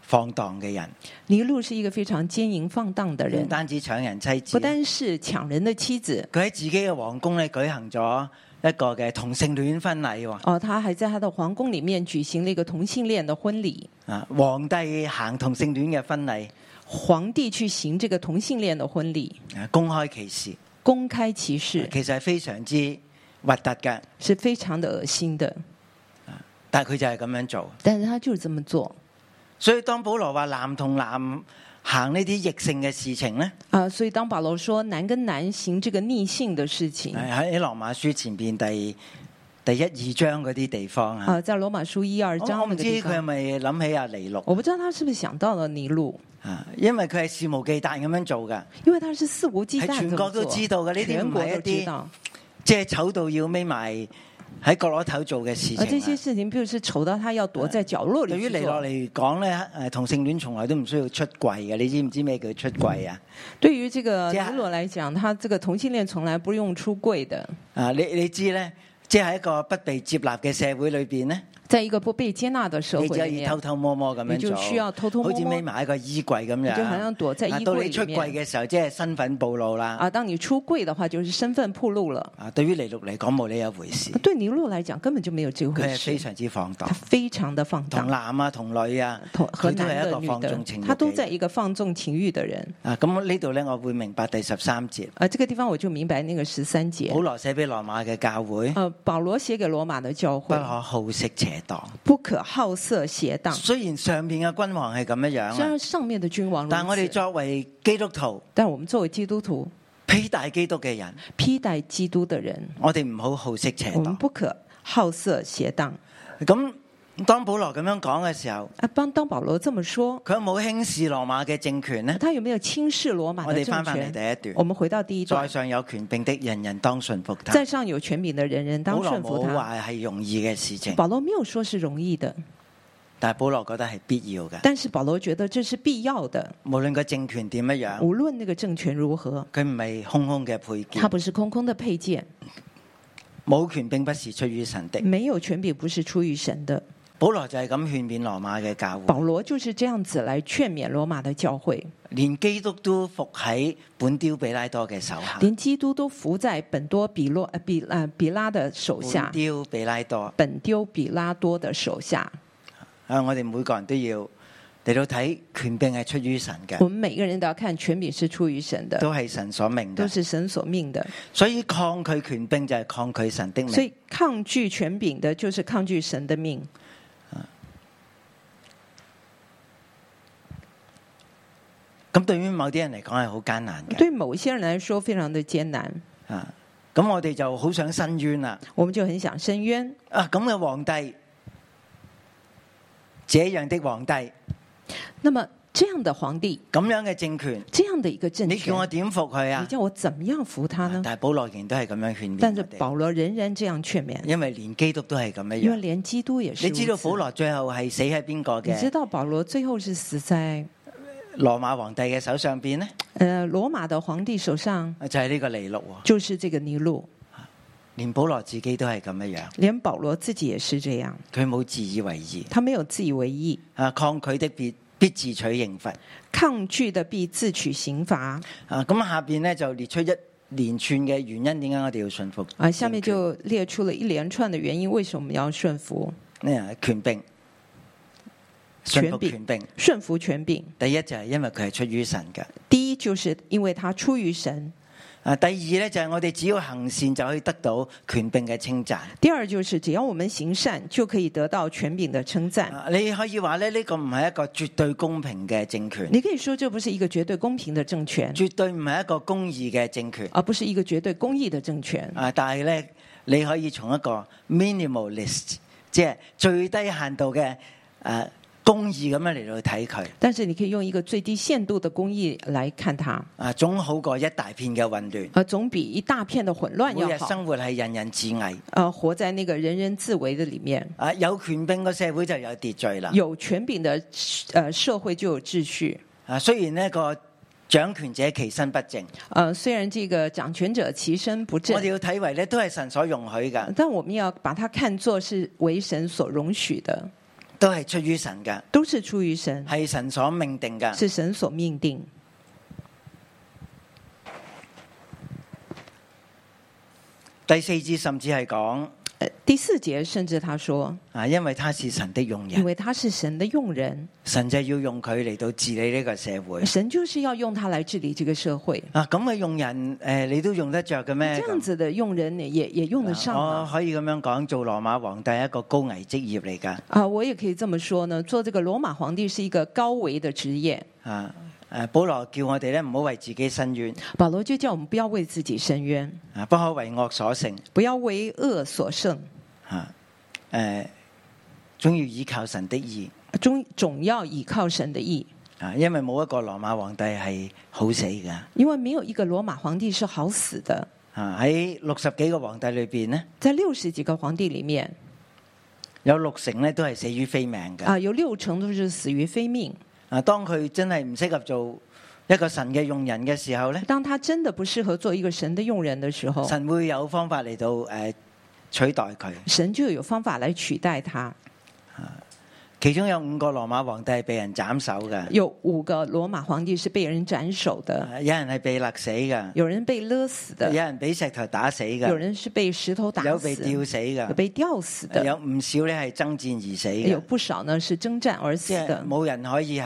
Speaker 2: 放蕩嘅人，
Speaker 3: 尼禄是一个非常奸淫放荡的
Speaker 2: 唔
Speaker 3: 人，
Speaker 2: 單止搶人妻
Speaker 3: 不
Speaker 2: 子，
Speaker 3: 单是抢人的妻子，
Speaker 2: 佢喺自己嘅皇宮咧舉行咗一個嘅同性戀婚禮喎。
Speaker 3: 哦，他还在他的皇宫里面举行了一个同性恋的婚礼，
Speaker 2: 啊，皇帝行同性戀嘅婚禮，
Speaker 3: 皇帝去行这个同性恋的婚礼，
Speaker 2: 啊公開歧視，
Speaker 3: 公开歧视
Speaker 2: 其實係非常之核突嘅。
Speaker 3: 是非常的恶心的，
Speaker 2: 但係佢就係咁樣做，
Speaker 3: 但是他就是这么做。
Speaker 2: 所以當保羅話男同男行呢啲逆性嘅事情咧，
Speaker 3: 啊、所以当保罗说男跟男行这个逆性的事情，啊、
Speaker 2: 係喺羅馬書前邊第第一二章嗰啲地方啊。
Speaker 3: 在罗马书一二
Speaker 2: 我我
Speaker 3: 章
Speaker 2: 唔
Speaker 3: 那个
Speaker 2: 知
Speaker 3: 地
Speaker 2: 佢係
Speaker 3: 方，
Speaker 2: 咪諗起阿尼禄
Speaker 3: 我不知道他是不是想到了尼禄，
Speaker 2: 啊，因為佢係肆無忌憚咁樣做噶，
Speaker 3: 因为他是肆无忌惮
Speaker 2: 係
Speaker 3: 地
Speaker 2: 哎全國都
Speaker 3: 做
Speaker 2: 知道嘅呢啲
Speaker 3: 全
Speaker 2: 唔
Speaker 3: 国
Speaker 2: 係
Speaker 3: 都
Speaker 2: 一啲
Speaker 3: 知道。
Speaker 2: 即係醜到要孭埋喺角落頭做嘅事情
Speaker 3: 而这些
Speaker 2: 啊。
Speaker 3: 事情，并不是丑到他要躲在角落
Speaker 2: 對
Speaker 3: 里
Speaker 2: 於
Speaker 3: 去
Speaker 2: 尼禄
Speaker 3: 做。
Speaker 2: 嚟講咧，诶，同性戀從來都唔需要出櫃嘅，你知唔知咩叫出櫃啊？
Speaker 3: 对于这个
Speaker 2: 这样
Speaker 3: 尼罗来讲，他这个同性恋从来不用出柜的，
Speaker 2: 啊，你你知咧，即係喺一個不被接納嘅社會裏边咧，
Speaker 3: 在一个不被接纳的社
Speaker 2: 你
Speaker 3: 会
Speaker 2: 只可
Speaker 3: 里
Speaker 2: 以
Speaker 3: 面
Speaker 2: 偷，偷摸摸咁樣
Speaker 3: 你就
Speaker 2: 做，
Speaker 3: 需要偷偷摸摸
Speaker 2: 好似匿埋喺個衣櫃咁
Speaker 3: 你
Speaker 2: 樣。
Speaker 3: 就好像躲在衣
Speaker 2: 啊
Speaker 3: 柜
Speaker 2: 到你
Speaker 3: 里
Speaker 2: 出
Speaker 3: 面。
Speaker 2: 櫃嘅時候，即係身份暴露啦。
Speaker 3: 啊，当你出柜的话，就是身份暴露了。
Speaker 2: 啊，对于尼禄嚟講冇呢一回事，
Speaker 3: 对尼禄来讲，根本就没有这
Speaker 2: 佢
Speaker 3: 回
Speaker 2: 係非
Speaker 3: 事。
Speaker 2: 常之放蕩 [laughs]
Speaker 3: 他。非常的放
Speaker 2: 同
Speaker 3: 荡，
Speaker 2: 男啊，同女啊，
Speaker 3: 同和
Speaker 2: 佢都
Speaker 3: 男
Speaker 2: 係一
Speaker 3: 的、
Speaker 2: 個
Speaker 3: 女
Speaker 2: 放縱情
Speaker 3: 的，
Speaker 2: 慾
Speaker 3: 他都
Speaker 2: 嘅
Speaker 3: 在
Speaker 2: 人。
Speaker 3: 一个放纵情欲的人。
Speaker 2: 啊，咁呢度咧，我會明白第十三節，
Speaker 3: 啊，这个地方我就明白那个十三节
Speaker 2: 保。羅寫俾羅馬嘅教會，
Speaker 3: 呃，保罗写给罗马的教
Speaker 2: 不
Speaker 3: 会，
Speaker 2: 可好色邪蕩。
Speaker 3: 不可好色邪荡。
Speaker 2: 雖然上面嘅君王係咁樣
Speaker 3: 虽
Speaker 2: 樣啊，
Speaker 3: 然上面的君王如
Speaker 2: 但我哋
Speaker 3: 此，
Speaker 2: 作為基督徒、
Speaker 3: 但我们作为基督徒，
Speaker 2: 披戴基督嘅人，
Speaker 3: 披戴基督的人，
Speaker 2: 我哋唔好好色邪
Speaker 3: 我们
Speaker 2: 蕩。
Speaker 3: 不可好色邪荡。
Speaker 2: 咁當保羅咁樣講嘅時候，
Speaker 3: 啊，当当保罗这么说，
Speaker 2: 佢有冇輕視羅馬嘅政權呢？
Speaker 3: 他有没有轻视罗马
Speaker 2: 我
Speaker 3: 的
Speaker 2: 哋翻
Speaker 3: 政
Speaker 2: 返
Speaker 3: 权？
Speaker 2: 嚟第一
Speaker 3: 我
Speaker 2: 段，
Speaker 3: 们回到第一
Speaker 2: 在
Speaker 3: 段，
Speaker 2: 上有權柄的，人人當順服他
Speaker 3: 在。上有权柄的人人
Speaker 2: 保
Speaker 3: 当
Speaker 2: 羅
Speaker 3: 顺服
Speaker 2: 冇
Speaker 3: 他。
Speaker 2: 話係容易嘅事情，
Speaker 3: 保罗没有说是容易的，
Speaker 2: 但係保羅覺得係必要嘅。
Speaker 3: 但是保罗觉得这是必要的。
Speaker 2: 無論個政權點樣樣，
Speaker 3: 无论那个政权如何，
Speaker 2: 佢唔係空空嘅配
Speaker 3: 它
Speaker 2: 件，
Speaker 3: 不是空空的配件，
Speaker 2: 冇權並不是出於神的。
Speaker 3: 没有权柄不是出于神的。
Speaker 2: 保羅就係咁勸勉羅馬嘅教會，
Speaker 3: 保罗就是这样子来劝勉罗马的教会，
Speaker 2: 連基督都服喺本丟比拉多嘅手下。
Speaker 3: 连基督都伏在本多比洛呃比呃比拉的手
Speaker 2: 本
Speaker 3: 下，
Speaker 2: 丟比拉多，
Speaker 3: 本丢比拉多的手下。
Speaker 2: 啊！我哋每個人都要嚟到睇權柄係出於神嘅
Speaker 3: 我，们每个人都要看权柄是出于神的，
Speaker 2: 都係神所命
Speaker 3: 都
Speaker 2: 嘅。
Speaker 3: 是神所命的。
Speaker 2: 所以抗拒權柄就係抗拒神的
Speaker 3: 所
Speaker 2: 命。
Speaker 3: 以抗拒权柄的，就是抗拒神的命。
Speaker 2: 咁對於某啲人嚟講係好艱難嘅。
Speaker 3: 对某一些人来说非常的艰难，
Speaker 2: 啊，咁我哋就好想申冤啦。
Speaker 3: 我们就很想伸冤。
Speaker 2: 啊，咁嘅皇帝，這樣的皇帝。
Speaker 3: 那么这样的皇帝，
Speaker 2: 咁樣嘅政權，
Speaker 3: 这样的一个政
Speaker 2: 你
Speaker 3: 权
Speaker 2: 叫我，點服佢
Speaker 3: 你
Speaker 2: 啊？
Speaker 3: 叫我怎么样服他
Speaker 2: 啊
Speaker 3: 呢？
Speaker 2: 但係保羅仍都係咁樣勸
Speaker 3: 但是
Speaker 2: 勉我哋，哎
Speaker 3: 保罗仍然这样劝勉，
Speaker 2: 因為連基督都係咁樣
Speaker 3: 因为
Speaker 2: 樣。
Speaker 3: 连基督也是
Speaker 2: 你
Speaker 3: 如此。
Speaker 2: 知道保羅最後係死喺邊個
Speaker 3: 你知
Speaker 2: 嘅
Speaker 3: 道保罗最后是死在
Speaker 2: 羅馬皇帝嘅手上邊呢？
Speaker 3: 呃罗马的皇帝手上，
Speaker 2: 就係呢個尼禄喎，
Speaker 3: 就是这个尼禄。
Speaker 2: 連保羅自己都係咁樣樣，
Speaker 3: 连保罗自己也是这样，
Speaker 2: 佢冇自以為義
Speaker 3: 他没有自以为意，
Speaker 2: 啊！抗拒的必必自取刑罰
Speaker 3: 抗拒的必自取刑罚。
Speaker 2: 啊！咁下邊呢，就列出一連串嘅原因，點解我哋要信服
Speaker 3: 啊，下面
Speaker 2: 政
Speaker 3: 就列出了一连串的原因，为什么要顺服？
Speaker 2: 權呢權啊柄，信
Speaker 3: 權
Speaker 2: 服
Speaker 3: 柄
Speaker 2: 權柄。
Speaker 3: 顺服权柄，
Speaker 2: 第一就係因為佢係出於神嘅。
Speaker 3: 第一就是因为他出于神；
Speaker 2: 啊，第二咧就係我哋只要行善就可以得到權柄嘅稱讚。
Speaker 3: 第二就是只要我们行善，就可以得到权柄的称赞。
Speaker 2: 啊你可以話咧，呢個唔係一個絕對公平嘅政權，
Speaker 3: 你可以说这不是一个绝对公平的政权，
Speaker 2: 絕對唔係一個公義嘅政權。
Speaker 3: 而不是一个绝对公义的政权。
Speaker 2: 啊，但係咧，你可以從一個 minimalist，即係最低限度嘅诶公義咁樣嚟到睇佢。
Speaker 3: 但是你可以用一个最低限度的公义来看它，
Speaker 2: 啊，總好過一大片嘅混亂。
Speaker 3: 呃，总比一大片的混乱
Speaker 2: 每
Speaker 3: 要
Speaker 2: 日
Speaker 3: 好。
Speaker 2: 生活係人人自危。
Speaker 3: 呃，活在那个人人自危的里面，
Speaker 2: 啊，有權柄嘅社會就有秩序啦。
Speaker 3: 有权柄的呃社会就有秩序。
Speaker 2: 啊，虽然呢個掌權者其身不正。
Speaker 3: 呃，虽然这个掌权者其身不
Speaker 2: 我
Speaker 3: 正
Speaker 2: 哋，要睇為咧都係神所容許噶，
Speaker 3: 但我们要把它看作是为神所容许的，
Speaker 2: 都係出於神噶，
Speaker 3: 都是出于神，
Speaker 2: 係神所命定噶。
Speaker 3: 是神所命定。
Speaker 2: 第四節甚至係講
Speaker 3: 呃，第四节甚至他说，
Speaker 2: 啊，因為他是神的用
Speaker 3: 因
Speaker 2: 人，
Speaker 3: 为他是神的用人，
Speaker 2: 神就要用佢嚟到治理呢個社會。
Speaker 3: 神就是要用他来治理这个社会。
Speaker 2: 啊，咁嘅用人诶、誒你都用得着嘅咩？
Speaker 3: 这样子的用人也也也用得
Speaker 2: 咁
Speaker 3: 上
Speaker 2: 啊我
Speaker 3: 啊。
Speaker 2: 可以咁樣講，做羅馬皇帝係一個高危職業嚟㗎。
Speaker 3: 啊，我也可以这么说呢，做这个罗马皇帝是一个高危的职业。
Speaker 2: 啊诶，保羅叫我哋咧唔好為自己申冤，
Speaker 3: 保罗就叫我们不要为自己伸冤，
Speaker 2: 啊不可為惡所勝，
Speaker 3: 不要为恶所胜，
Speaker 2: 啊诶，總要倚靠神的義。
Speaker 3: 终总要倚靠神的意，
Speaker 2: 啊，因為冇一個羅馬皇帝係好死㗎。
Speaker 3: 因为没有一个罗马皇帝是好死的。
Speaker 2: 啊，喺六十幾個皇帝裏边呢，
Speaker 3: 在六十几个皇帝里面
Speaker 2: 有六成咧都係死於非命㗎。
Speaker 3: 啊，有六成都是死于非命。
Speaker 2: 啊，当佢真係唔適合做一個神嘅用人嘅時候咧，
Speaker 3: 当他真的不适合做一个神的用人的时候，
Speaker 2: 神會有方法嚟到诶、取代佢。
Speaker 3: 神就有方法来取代他。
Speaker 2: 其中有五個羅馬皇帝係被人斬首嘅，
Speaker 3: 有五个罗马皇帝是被人斩首的，
Speaker 2: 有人係被勒死嘅，
Speaker 3: 有人被勒死
Speaker 2: 有
Speaker 3: 的，
Speaker 2: 人俾石頭打死
Speaker 3: 有
Speaker 2: 嘅，
Speaker 3: 人是被石头打
Speaker 2: 哎有被哎
Speaker 3: 死，
Speaker 2: 吊死
Speaker 3: 有
Speaker 2: 嘅，
Speaker 3: 被吊死
Speaker 2: 有
Speaker 3: 的，
Speaker 2: 唔少咧係爭戰而死
Speaker 3: 有
Speaker 2: 嘅，
Speaker 3: 不少呢是征战而死
Speaker 2: 即係
Speaker 3: 的。
Speaker 2: 冇人可以係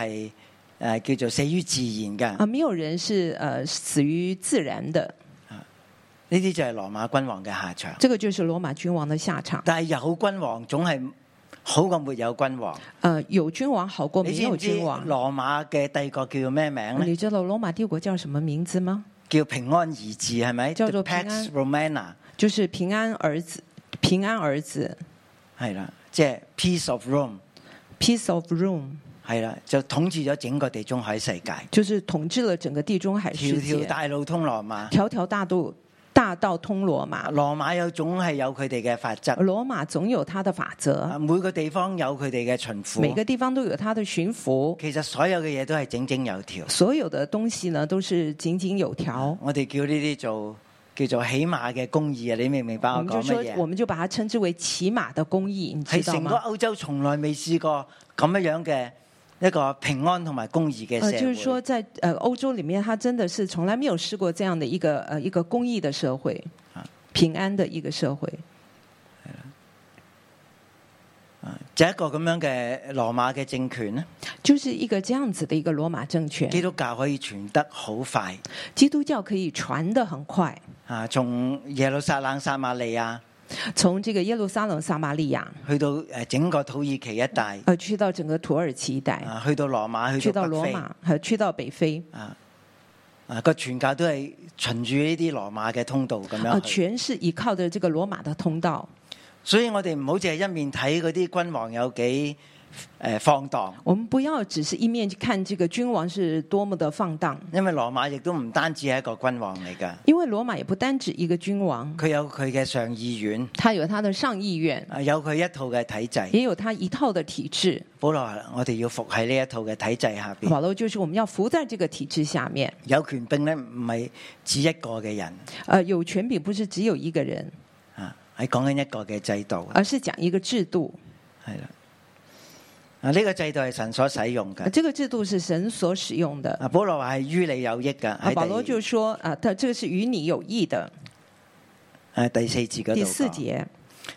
Speaker 2: 诶、誒叫做死於自然嘅。
Speaker 3: 啊，没有人是呃死于自然的，
Speaker 2: 呢啲就係羅馬君王嘅下場。
Speaker 3: 这个就是罗马君王的下场。
Speaker 2: 但係有君王總係好過沒有君王。
Speaker 3: 呃，有君王好过
Speaker 2: 你
Speaker 3: 没
Speaker 2: 知
Speaker 3: 有
Speaker 2: 唔知
Speaker 3: 君王。呃
Speaker 2: 羅馬嘅帝國叫咩名咧？
Speaker 3: 你知道罗马帝国叫什么名字吗？
Speaker 2: 叫平安而治係咪？
Speaker 3: 叫做
Speaker 2: The Pax
Speaker 3: 平
Speaker 2: Romana
Speaker 3: 就是平安儿子，平安儿子
Speaker 2: 係啦，即係 Peace of Rome
Speaker 3: ，Peace of Rome，
Speaker 2: 係啦，就統治咗整個地中海世界，
Speaker 3: 就是統治了整个地中海
Speaker 2: 條
Speaker 3: 世
Speaker 2: 條
Speaker 3: 界，
Speaker 2: 大路通羅馬。
Speaker 3: 条条大路大道通罗马。
Speaker 2: 羅馬有總係有佢哋嘅法則，
Speaker 3: 罗马总有它的法则，
Speaker 2: 每個地方有佢哋嘅巡
Speaker 3: 每
Speaker 2: 撫。
Speaker 3: 个地方都有它的巡抚，
Speaker 2: 其實所有嘅嘢都係井井有條，
Speaker 3: 所有的东西呢都是井井有条。
Speaker 2: 我哋叫呢啲做叫做起碼嘅公義啊！你明唔明白
Speaker 3: 我
Speaker 2: 我
Speaker 3: 们就
Speaker 2: 講
Speaker 3: 说
Speaker 2: 乜，
Speaker 3: 我
Speaker 2: 嘢？
Speaker 3: 们就把它称之为骑马的公义，你知
Speaker 2: 係
Speaker 3: 道
Speaker 2: 成個
Speaker 3: 吗？
Speaker 2: 歐洲從來未試過咁樣樣嘅一個平安同埋公義嘅
Speaker 3: 呃，
Speaker 2: 社
Speaker 3: 就是说
Speaker 2: 會。
Speaker 3: 在，呃欧洲里面，它真的是从来没有试过这样的一个呃一个公益的社会，
Speaker 2: 啊
Speaker 3: 平安的一个社会，
Speaker 2: 就一個咁樣嘅羅馬嘅政權咧，
Speaker 3: 就是一个这样子的一个罗马政权。
Speaker 2: 基督教可以傳得好快
Speaker 3: 基督教可以传得很快，
Speaker 2: 啊！從耶路撒冷、撒瑪利亞
Speaker 3: 从这个耶路撒冷、撒玛利亚，
Speaker 2: 去到誒整個土耳其一帶
Speaker 3: 呃，去到整个土耳其一带，
Speaker 2: 啊，去到羅馬，
Speaker 3: 去
Speaker 2: 去
Speaker 3: 到
Speaker 2: 到
Speaker 3: 罗
Speaker 2: 北非
Speaker 3: 马，还有去到北非，
Speaker 2: 啊啊個傳教都係循住呢啲羅馬嘅通道咁
Speaker 3: 呃，
Speaker 2: 樣去。
Speaker 3: 全是依靠着这个罗马的通道。
Speaker 2: 所以我哋唔好淨係一面睇嗰啲君王有幾誒放蕩，
Speaker 3: 我们不要只是一面去看這個君王是多麼的放蕩，
Speaker 2: 因為羅馬亦都唔單止係一個君王嚟㗎，
Speaker 3: 因為羅馬也不單指一個君王，
Speaker 2: 佢有佢嘅上議院，
Speaker 3: 他有他的上議院，
Speaker 2: 啊有佢一套嘅體制。
Speaker 3: 也有他一套的體制。
Speaker 2: 保羅話，我哋要服喺呢一套嘅體制下邊。
Speaker 3: 保羅就是我們要服在這個體制下面。
Speaker 2: 有權柄咧，唔係指一個嘅人
Speaker 3: 呃，有權柄不是只有一個人，
Speaker 2: 啊，係講緊一個嘅制度，
Speaker 3: 而是講一個制度。
Speaker 2: 係啦。啊，呢、個制度係神所使用
Speaker 3: 呃
Speaker 2: 嘅。
Speaker 3: 这個制度是神所使用的。
Speaker 2: 啊，保羅話係於你有益嘅。
Speaker 3: 啊，
Speaker 2: 喺
Speaker 3: 保羅就
Speaker 2: 第
Speaker 3: 說啊，他这个是與你有益的。
Speaker 2: 誒啊第四節嗰度
Speaker 3: 第
Speaker 2: 講
Speaker 3: 四節，啊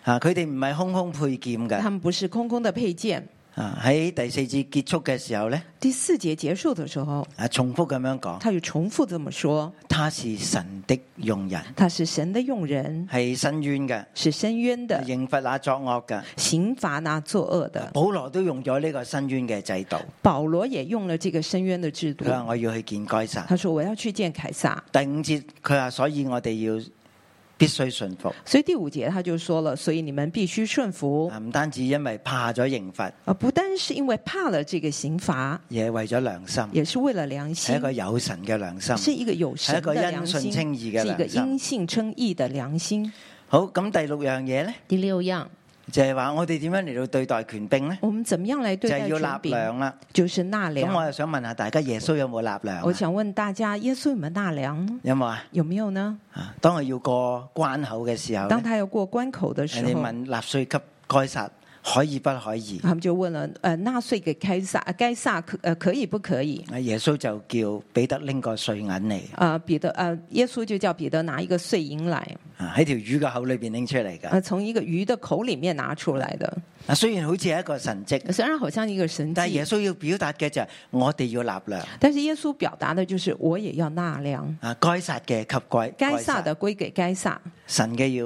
Speaker 2: 啊，佢哋唔係空空配劍嘅
Speaker 3: 他。們不是空空的配件。
Speaker 2: 啊，喺第四節結束嘅時候咧，
Speaker 3: 第四節結束的時候，
Speaker 2: 啊重複咁樣講，
Speaker 3: 他又重複這麼說：
Speaker 2: 他是神的用人，
Speaker 3: 他是神的用人，
Speaker 2: 係伸冤嘅，
Speaker 3: 是伸冤的，
Speaker 2: 刑罰那作惡嘅。
Speaker 3: 刑罚那作恶的。
Speaker 2: 保羅都用咗呢個伸冤嘅制度，
Speaker 3: 保罗也用了这个深渊的制度
Speaker 2: 佢，話我要去見該撒。
Speaker 3: 他说我要去见凯撒。
Speaker 2: 第五節佢話，所以我哋要必須信服。
Speaker 3: 所以第五节他就说了，所以你们必须顺服
Speaker 2: 啊，，唔單止因為怕咗刑罰，
Speaker 3: 啊，不单是因为怕了这个刑罚，
Speaker 2: 而係為咗良心，
Speaker 3: 也是为了良
Speaker 2: 係一
Speaker 3: 心，
Speaker 2: 個有神嘅良心。
Speaker 3: 是一个有神的良
Speaker 2: 是一个因信啊
Speaker 3: 心，
Speaker 2: 称义的
Speaker 3: 是一
Speaker 2: 良
Speaker 3: 个
Speaker 2: 心
Speaker 3: 因信称义的良心。
Speaker 2: 好，咁第六樣嘢呢，
Speaker 3: 第六样
Speaker 2: 就就係話我哋點樣嚟到對待權柄呢？
Speaker 3: 我们怎么样来
Speaker 2: 就
Speaker 3: 对
Speaker 2: 係
Speaker 3: 待
Speaker 2: 要
Speaker 3: 权
Speaker 2: 納
Speaker 3: 柄？
Speaker 2: 糧啦。
Speaker 3: 就是纳
Speaker 2: 咁我
Speaker 3: 粮。
Speaker 2: 又想問下大家，耶穌有冇納糧
Speaker 3: 我
Speaker 2: 啊？
Speaker 3: 想问大家，耶稣有没有纳粮呢？
Speaker 2: 有冇啊？
Speaker 3: 有没有呢？
Speaker 2: 啊，當佢要過關口嘅時候呢，
Speaker 3: 当他要过关口的时
Speaker 2: 人哋
Speaker 3: 候，
Speaker 2: 問納税給該撒，可以不可以？
Speaker 3: 他们就问了：呃，纳税给凯撒，呃该撒可呃可以不可以？
Speaker 2: 啊，耶穌就叫彼得拎個碎銀嚟，
Speaker 3: 呃，彼得呃，耶稣就叫彼得拿一个碎银来，
Speaker 2: 啊喺條魚嘅口裏边拎出嚟㗎。
Speaker 3: 呃，从一个鱼的口里面拿出来的。
Speaker 2: 啊，虽然好似係一個神迹，
Speaker 3: 虽然好像一个神
Speaker 2: 但係耶
Speaker 3: 迹，
Speaker 2: 穌要表達嘅就係我哋要納糧。
Speaker 3: 但是耶稣表达的就是我也要纳粮，
Speaker 2: 啊，该撒嘅給該
Speaker 3: 该
Speaker 2: 該
Speaker 3: 撒
Speaker 2: 撒，
Speaker 3: 的归给该撒，
Speaker 2: 神嘅要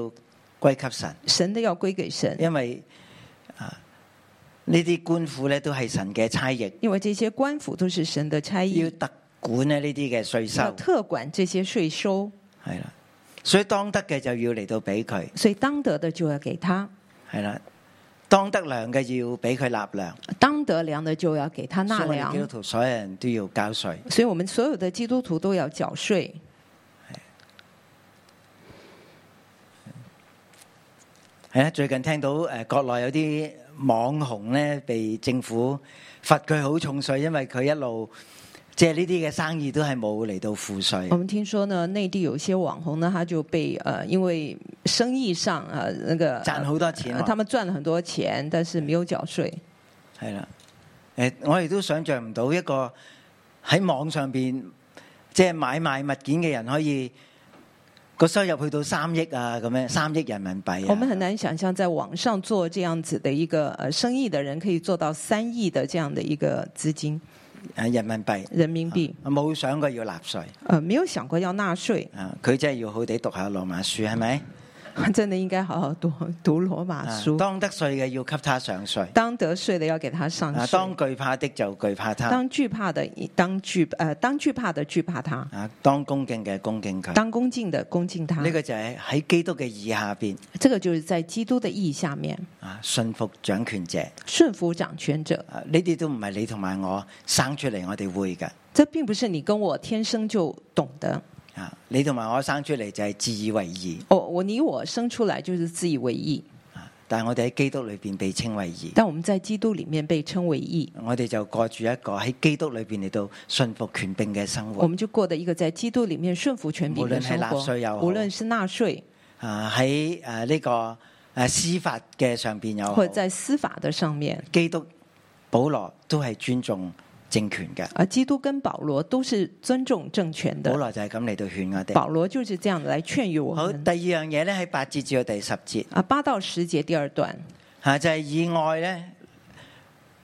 Speaker 2: 歸給神，
Speaker 3: 神的要归给神。
Speaker 2: 因為啊呢啲官府咧都係神嘅差役，
Speaker 3: 因为这些官府都是神的差
Speaker 2: 要
Speaker 3: 役，
Speaker 2: 特管咧呢啲嘅税
Speaker 3: 嗯
Speaker 2: 收
Speaker 3: 要，特管这些税收，
Speaker 2: 係啦，所以當得嘅就要嚟到俾佢，
Speaker 3: 所以当得的就要给他，
Speaker 2: 係啦，當得糧嘅要俾佢納糧，
Speaker 3: 当得粮的就要给他纳
Speaker 2: 所以我哋基督
Speaker 3: 粮。
Speaker 2: 徒所有人都要交税。
Speaker 3: 所以我们所有的基督徒都要缴税。
Speaker 2: 係啦，最近聽到诶国内有啲網紅咧被政府罰佢好重税，因為佢一路即係呢啲嘅生意都係冇嚟到付税
Speaker 3: 我。们听说呢，内地有些网红呢，他就被呃，因为生意上呃那个
Speaker 2: 賺好多錢
Speaker 3: 呃
Speaker 2: 喎
Speaker 3: 他们赚了很多钱，但是没有缴税。
Speaker 2: 系啦，诶，我哋都想象唔到一個喺網上边即係買賣物件嘅人可以個收入去到三億啊，咁樣三億人民幣
Speaker 3: 我们很
Speaker 2: 啊，
Speaker 3: 难想象，在网上做这样子的一个呃生意的人，可以做到三亿的这样的一个资金
Speaker 2: 诶，啊人民幣，
Speaker 3: 人民币。
Speaker 2: 我冇想過要納税
Speaker 3: 呃，没有想过要纳税， [laughs]
Speaker 2: 啊，佢真係要好地讀下羅馬書，係咪？
Speaker 3: 真的应该好好读读罗马
Speaker 2: 啊
Speaker 3: 书。
Speaker 2: 當得税嘅要給他上税，
Speaker 3: 当得税的要给他上
Speaker 2: 啊，
Speaker 3: 税，
Speaker 2: 当惧怕的就惧怕他，
Speaker 3: 当惧怕的当惧呃当惧怕的惧怕他，
Speaker 2: 啊，當恭敬嘅恭敬佢。
Speaker 3: 当恭敬的恭敬他。
Speaker 2: 呢個就係喺基督嘅義下邊
Speaker 3: 这个就是在基督的意义下面
Speaker 2: 啊，信服掌權者
Speaker 3: 顺服掌权者，
Speaker 2: 啊，呢啲都唔係你同埋我生出嚟，我哋會嘅。
Speaker 3: 这并不是你跟我天生就懂的。
Speaker 2: 啊！你同埋我生出嚟就係自以為義，啊
Speaker 3: 我我你我生出来就是自以为义，
Speaker 2: 但係我哋喺基督裏边被稱為義，
Speaker 3: 但我们在基督里面被称为义，
Speaker 2: 我哋就過住一個喺基督裏边嚟到信服權柄嘅生
Speaker 3: 我
Speaker 2: 活。
Speaker 3: 们就过的一个在基督里面顺服权柄的生
Speaker 2: 无论是纳税又
Speaker 3: 活。
Speaker 2: 好
Speaker 3: 无论是纳税，
Speaker 2: 啊！喺诶呢個诶司法嘅上边有
Speaker 3: 或者在司法的上面，
Speaker 2: 基督、保羅都係尊重政權嘅。
Speaker 3: 啊，基督跟保罗都是尊重政权
Speaker 2: 保
Speaker 3: 的。
Speaker 2: 羅就係咁嚟到勸我哋。
Speaker 3: 保罗就是这样来劝喻我
Speaker 2: 好，
Speaker 3: 们。
Speaker 2: 第二樣嘢咧喺八節至到第十節
Speaker 3: 啊，八到十节第二段，
Speaker 2: 吓、啊就係以愛咧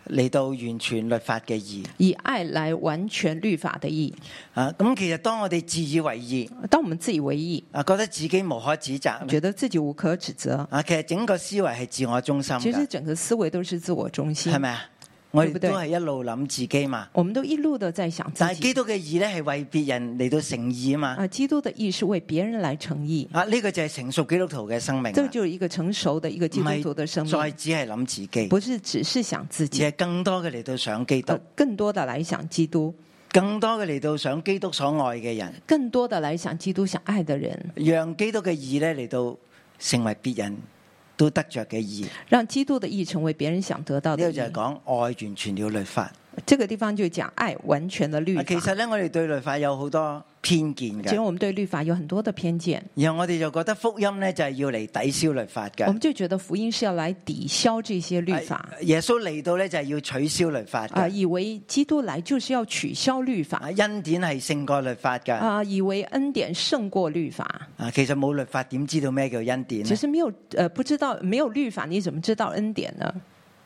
Speaker 2: 嚟到完全律法嘅義
Speaker 3: 以爱来完全律法的义。
Speaker 2: 啊！咁其實當我哋自以為義
Speaker 3: 当我们自以为义，
Speaker 2: 啊，觉得自己無可指責咧
Speaker 3: 觉得自己无可指责，
Speaker 2: 啊，其實整個思維係自我中心
Speaker 3: 其实
Speaker 2: 㗎，
Speaker 3: 整个思维都是自我中心
Speaker 2: 係。咪啊？我
Speaker 3: 對不
Speaker 2: 哋
Speaker 3: 對
Speaker 2: 都係一路諗自己嘛。
Speaker 3: 我们都一路的在想自
Speaker 2: 但係基
Speaker 3: 己
Speaker 2: 督嘅義咧係為別人嚟到誠意啊嘛。
Speaker 3: 啊，基督的义是为别人来诚意，
Speaker 2: 啊，呢、個就係成熟基督徒嘅生命
Speaker 3: 这
Speaker 2: 啦，
Speaker 3: 就是一个成熟的一个基
Speaker 2: 唔
Speaker 3: 督徒的生
Speaker 2: 係再
Speaker 3: 命，
Speaker 2: 只係諗自己，
Speaker 3: 不是只是想自己，
Speaker 2: 而係更多嘅嚟到想基
Speaker 3: 呃
Speaker 2: 督，，
Speaker 3: 更多的来想基督，
Speaker 2: 更多嘅嚟到想基督所愛嘅人，
Speaker 3: 更多的来想基督想愛的人，
Speaker 2: 讓基督嘅義咧嚟到成為別人都得着嘅義。
Speaker 3: 让基督的义成为别人想得到
Speaker 2: 呢
Speaker 3: 的
Speaker 2: 個
Speaker 3: 义
Speaker 2: 就係。講愛完全了律法。啊
Speaker 3: 这个地方就讲爱完全的律法。
Speaker 2: 其實咧，我哋對律法有好多偏見
Speaker 3: 其实
Speaker 2: 嘅，
Speaker 3: 我们對律法有很多的偏见，
Speaker 2: 然後我哋就覺得福音咧就係要嚟抵消律法嘅
Speaker 3: 我。们就觉得福音是要来抵消这些律法
Speaker 2: 啊耶穌嚟到咧就係要取消律法
Speaker 3: 啊，
Speaker 2: 嘅，
Speaker 3: 以为基督来就是要取消律法
Speaker 2: 啊恩典係勝過律法嘅。
Speaker 3: 啊，以为恩典勝過律法。
Speaker 2: 啊，其實冇律法點知道咩叫恩典啊
Speaker 3: 其
Speaker 2: 咧？
Speaker 3: 实没有呃，不知道没有律法，你怎么知道恩典呢？
Speaker 2: 誒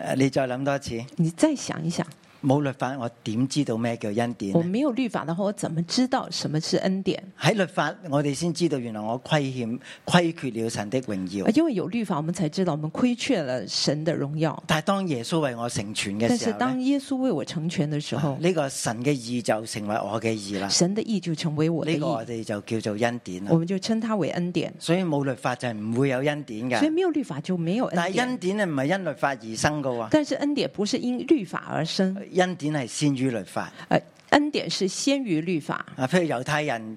Speaker 2: 啊你再諗多次，
Speaker 3: 你再想一想，
Speaker 2: 冇律法我點知道咩叫恩典
Speaker 3: 我
Speaker 2: 呢？
Speaker 3: 没有律法的话，我怎么知道什么是恩典？
Speaker 2: 喺律法我哋先知道，原來我虧欠虧缺了神的榮
Speaker 3: 啊
Speaker 2: 耀。
Speaker 3: 因为有律法，我们才知道我們虧缺了神的榮耀。
Speaker 2: 但係當耶穌為我成全嘅
Speaker 3: 但
Speaker 2: 時
Speaker 3: 是
Speaker 2: 候
Speaker 3: 当
Speaker 2: 呢
Speaker 3: 耶穌為我成全的时
Speaker 2: 啊
Speaker 3: 候，
Speaker 2: 呢個神嘅義就成為我嘅義啦。
Speaker 3: 神的義就成為我的
Speaker 2: 呢個我
Speaker 3: 義，
Speaker 2: 哋就叫做恩典啦
Speaker 3: 我。們就稱它為恩典。
Speaker 2: 所以冇律法就係唔會有恩典
Speaker 3: 所以
Speaker 2: 嘅。
Speaker 3: 没有律法就没有
Speaker 2: 但
Speaker 3: 恩
Speaker 2: 係恩
Speaker 3: 典。
Speaker 2: 典咧唔係因律法而生嘅
Speaker 3: 但是恩典不是因律法而生，
Speaker 2: 喎，恩典係先於律法。
Speaker 3: 呃，恩典是先于律法。
Speaker 2: 啊，譬如猶太人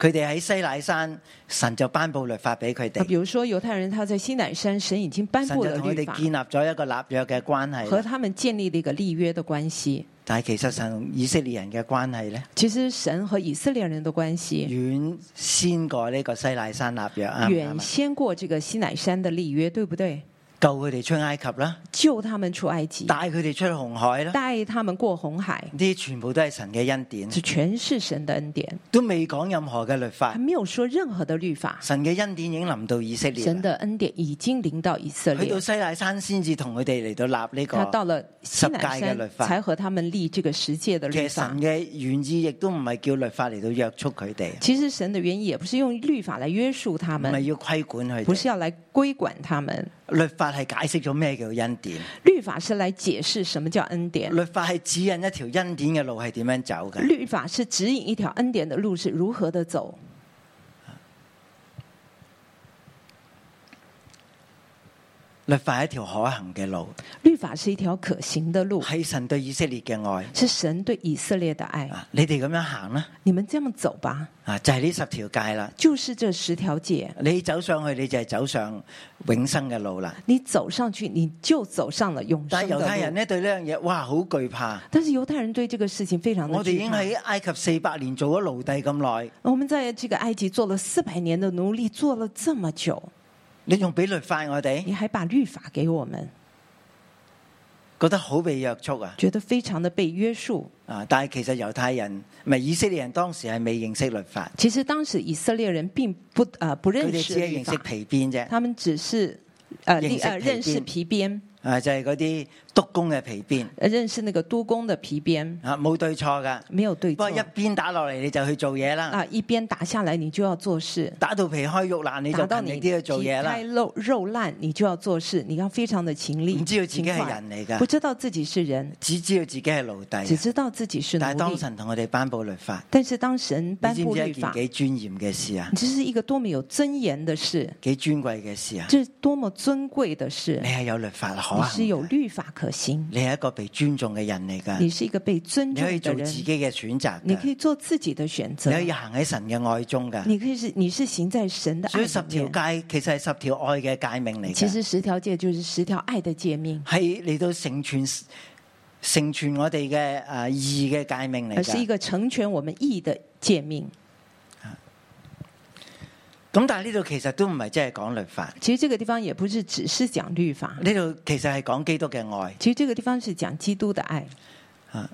Speaker 2: 佢哋喺西乃山，神就頒布律法俾佢
Speaker 3: 那
Speaker 2: 哋
Speaker 3: 啊比，如说犹太人他在西乃山，神已经颁
Speaker 2: 神
Speaker 3: 布
Speaker 2: 就
Speaker 3: 了
Speaker 2: 同佢
Speaker 3: 律
Speaker 2: 哋
Speaker 3: 法，
Speaker 2: 建立咗一個立約嘅關
Speaker 3: 和
Speaker 2: 係。
Speaker 3: 他们建立了一个立约的关系。
Speaker 2: 但係其實神同以色列人嘅關係呢，
Speaker 3: 其实神和以色列人的关系
Speaker 2: 遠先過呢個西乃山立約啱唔
Speaker 3: 远
Speaker 2: 啱啊？
Speaker 3: 先过这个西乃山的立约，对不对？
Speaker 2: 救佢哋出埃及啦，
Speaker 3: 救他们出埃及，
Speaker 2: 帶佢哋出紅海啦，
Speaker 3: 带他们过红海，
Speaker 2: 呢啲全部都係神嘅恩典，
Speaker 3: 这全是神的恩典，
Speaker 2: 都未講任何嘅律法
Speaker 3: 还。没有说任何的律法。
Speaker 2: 神嘅恩典已經臨到以色列
Speaker 3: 神
Speaker 2: 啦，
Speaker 3: 的恩典已经临到以色
Speaker 2: 去
Speaker 3: 列
Speaker 2: 到，西乃山先至同佢哋嚟到立呢、
Speaker 3: 他
Speaker 2: 個。
Speaker 3: 到了西南
Speaker 2: 十诫嘅律
Speaker 3: 山
Speaker 2: 法
Speaker 3: 才和他们立这个十诫的
Speaker 2: 其
Speaker 3: 律
Speaker 2: 實
Speaker 3: 法
Speaker 2: 神。嘅原意亦都唔係叫律法嚟到約束佢哋，
Speaker 3: 其实神的原意也不是用律法来约束他
Speaker 2: 唔係
Speaker 3: 们，
Speaker 2: 要規管佢
Speaker 3: 不是
Speaker 2: 哋。
Speaker 3: 要来规管他们。
Speaker 2: 律法係解釋咗咩叫恩典，
Speaker 3: 律法是来解释什么叫恩典，
Speaker 2: 律法係指引一條恩典嘅路係點樣走嘅。
Speaker 3: 律法是指引一条恩典的路是如何的走。
Speaker 2: 律法係一條可行嘅路，
Speaker 3: 律法是一条可行的路，
Speaker 2: 係神對以色列嘅愛。
Speaker 3: 是神对以色列的爱。
Speaker 2: 啊，你哋咁樣行啦，
Speaker 3: 你们这样走吧，
Speaker 2: 啊，就係呢十條戒啦。
Speaker 3: 就是这十条诫，
Speaker 2: 你走上去，你就係走上永生嘅路啦。
Speaker 3: 你走上去，你就走上了永
Speaker 2: 但
Speaker 3: 生
Speaker 2: 係猶太
Speaker 3: 的
Speaker 2: 人
Speaker 3: 路。
Speaker 2: 呢，對呢樣嘢，哇，好懼怕。
Speaker 3: 但是犹太人对这个事情非常的
Speaker 2: 我哋已經喺埃及四百年做咗奴隸咁耐，
Speaker 3: 我们在这个埃及做了四百年的奴隶，做了这么久，
Speaker 2: 你仲俾律法我哋，
Speaker 3: 你还把律法给我们，
Speaker 2: 覺得好被約束啊！
Speaker 3: 觉得非常的被约束。
Speaker 2: 啊！但係其實猶太人唔係以色列人，當時係未認識律法，
Speaker 3: 其实当时以色列人并不呃不
Speaker 2: 佢
Speaker 3: 认
Speaker 2: 哋只
Speaker 3: 识
Speaker 2: 係
Speaker 3: 律
Speaker 2: 認
Speaker 3: 法
Speaker 2: 識，皮鞭啫。
Speaker 3: 他们只是呃
Speaker 2: 认识
Speaker 3: 立呃
Speaker 2: 皮
Speaker 3: 认识
Speaker 2: 鞭
Speaker 3: 皮鞭，
Speaker 2: 啊，就係嗰啲督工嘅皮鞭
Speaker 3: 呃认识那个督工的皮鞭，
Speaker 2: 啊，冇對錯噶。
Speaker 3: 没有
Speaker 2: 不
Speaker 3: 对
Speaker 2: 過
Speaker 3: 错
Speaker 2: 一邊打落嚟你就去做嘢啦，
Speaker 3: 啊，一鞭打下来你就要做事。
Speaker 2: 打到皮開肉爛你
Speaker 3: 打
Speaker 2: 就
Speaker 3: 到
Speaker 2: 勤
Speaker 3: 你
Speaker 2: 力
Speaker 3: 皮
Speaker 2: 啲去做嘢啦
Speaker 3: 开。肉肉烂，你就要做事，你要非常的勤力，
Speaker 2: 唔知道自己
Speaker 3: 勤
Speaker 2: 係
Speaker 3: 快
Speaker 2: 人嚟㗎
Speaker 3: 不知道自己是人，
Speaker 2: 只知道自己係奴
Speaker 3: 只
Speaker 2: 隸，
Speaker 3: 知道自己是奴
Speaker 2: 但係當
Speaker 3: 隶。
Speaker 2: 神同我哋頒布律法，
Speaker 3: 但是当神
Speaker 2: 你
Speaker 3: 颁
Speaker 2: 知
Speaker 3: 布
Speaker 2: 唔知
Speaker 3: 律
Speaker 2: 一件
Speaker 3: 法，嗯
Speaker 2: 幾尊嚴嘅事啊？
Speaker 3: 这是一个多么有尊严的事，
Speaker 2: 幾尊貴嘅事啊？
Speaker 3: 这是多么尊贵的事
Speaker 2: 你。係啊有律法可
Speaker 3: 你是
Speaker 2: 行
Speaker 3: 有
Speaker 2: 㗎，
Speaker 3: 律法可行，
Speaker 2: 你係一個被尊重嘅人嚟㗎，
Speaker 3: 你是一个被尊
Speaker 2: 你
Speaker 3: 重
Speaker 2: 可以
Speaker 3: 的
Speaker 2: 做自己
Speaker 3: 人，
Speaker 2: 嘅選擇
Speaker 3: 你可
Speaker 2: 㗎，
Speaker 3: 以做自己的选
Speaker 2: 你
Speaker 3: 择
Speaker 2: 可，以行喺神嘅愛中㗎。
Speaker 3: 你可以是你是行在神的
Speaker 2: 所
Speaker 3: 爱
Speaker 2: 以十
Speaker 3: 里
Speaker 2: 條
Speaker 3: 面。
Speaker 2: 戒其實係十條愛嘅戒命嚟
Speaker 3: 其
Speaker 2: 嘅，
Speaker 3: 实十条诫就是十条爱的诫命，
Speaker 2: 係嚟到成全成全我哋嘅誒義嘅戒命嚟
Speaker 3: 而是一
Speaker 2: 嘅。
Speaker 3: 个成全我们义的诫命。
Speaker 2: 咁但係呢度其實都唔係真係講律法，
Speaker 3: 其实这个地方也不是只是讲律法，
Speaker 2: 呢度其實係講基督嘅愛。
Speaker 3: 其实这个地方是讲基督的爱。
Speaker 2: 佢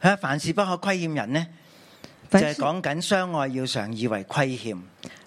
Speaker 2: 話啊凡事不可虧欠人呢，就
Speaker 3: 凡
Speaker 2: 係
Speaker 3: 事
Speaker 2: 講緊相愛要常以為虧欠，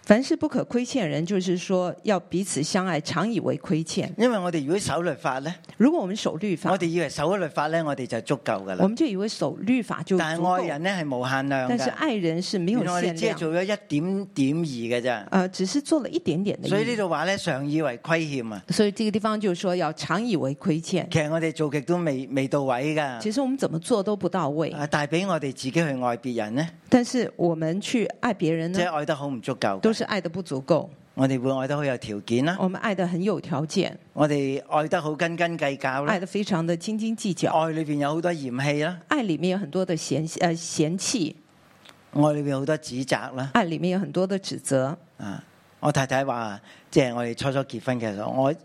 Speaker 3: 凡事不可亏欠人，就是说要彼此相爱，常以为亏欠。
Speaker 2: 因為我哋如果守律法呢，
Speaker 3: 如果我们守律法
Speaker 2: 我，哋以為守咗律法呢，我哋就足夠噶
Speaker 3: 我
Speaker 2: 啦。
Speaker 3: 们就以为守律法就
Speaker 2: 但
Speaker 3: 足
Speaker 2: 係
Speaker 3: 够
Speaker 2: 愛，人呢係無限量
Speaker 3: 但是
Speaker 2: 嘅，
Speaker 3: 爱人是没有
Speaker 2: 原來我哋
Speaker 3: 限
Speaker 2: 只係
Speaker 3: 量，
Speaker 2: 做咗一點點二嘅啫。
Speaker 3: 呃，只是做了一点点的
Speaker 2: 所以呢
Speaker 3: 义。
Speaker 2: 度話呢，常以為虧欠啊。
Speaker 3: 所以这个地方就说要常以为亏欠。
Speaker 2: 其實我哋做極都未未到位噶，
Speaker 3: 其实我们怎么做都不到位，
Speaker 2: 啊，但係俾我哋自己去愛別人呢，
Speaker 3: 但是我们去爱别人
Speaker 2: 即
Speaker 3: 呢，
Speaker 2: 係愛得好唔足
Speaker 3: 嗯
Speaker 2: 夠
Speaker 3: 都哦
Speaker 2: 㗎。
Speaker 3: 是爱的不足够。
Speaker 2: 我哋會愛得好有條件啦，
Speaker 3: 我们爱的很有条件，
Speaker 2: 我哋愛得好斤斤計較
Speaker 3: 爱
Speaker 2: 啦，
Speaker 3: 的非常的斤斤计较。
Speaker 2: 愛裏边有好多嫌棄啦，
Speaker 3: 爱里面有很多的嫌呃嫌弃，
Speaker 2: 愛裏边有好多指責啦。
Speaker 3: 爱里面有很多的指责。
Speaker 2: 啊，我太太話，即係我哋初初結婚嘅時候，我日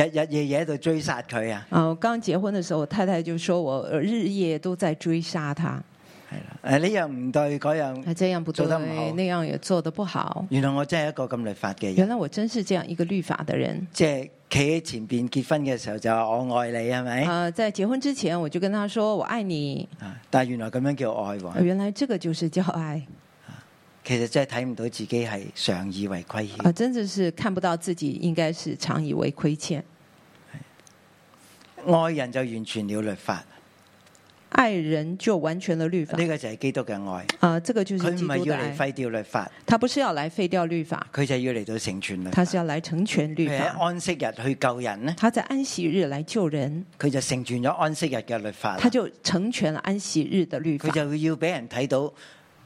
Speaker 2: 日夜夜喺度追殺佢啊，
Speaker 3: 啊，我刚结婚的时候，我太太就说我呃日夜都在追杀他，
Speaker 2: 係啦，诶啊呢樣唔對，嗰樣，
Speaker 3: 啊，这样不
Speaker 2: 做
Speaker 3: 对
Speaker 2: 得不好，
Speaker 3: 那样也做得不好。
Speaker 2: 原來我真係一個咁律法嘅人，
Speaker 3: 原来我真是这样一个律法的人。
Speaker 2: 即係企喺前边結婚嘅時候就話我愛你係咪？
Speaker 3: 啊，在结婚之前我就跟他说我爱你，
Speaker 2: 啊但係原來咁樣叫愛
Speaker 3: 呃
Speaker 2: 喎，
Speaker 3: 原来这个就是叫爱
Speaker 2: 其實真係睇唔到自己係常以為虧欠。
Speaker 3: 啊，真的是看不到自己应该是常以为亏欠。
Speaker 2: 愛人就完全了律法，
Speaker 3: 啊爱人就完全的律法
Speaker 2: 呢個就係基督嘅愛。
Speaker 3: 啊，这个就
Speaker 2: 佢
Speaker 3: 是
Speaker 2: 唔
Speaker 3: 基
Speaker 2: 係
Speaker 3: 督
Speaker 2: 要
Speaker 3: 的
Speaker 2: 嚟
Speaker 3: 爱，
Speaker 2: 廢掉律法，
Speaker 3: 他不是要来废掉律法，
Speaker 2: 佢就要嚟到成全律法。
Speaker 3: 他是要来成全律
Speaker 2: 佢喺
Speaker 3: 法。
Speaker 2: 安息日去救人呢，
Speaker 3: 他在安息日来救人，
Speaker 2: 佢就成全咗安息日嘅律法啦。
Speaker 3: 他就成全了安息日的律法
Speaker 2: 佢，就要俾人睇到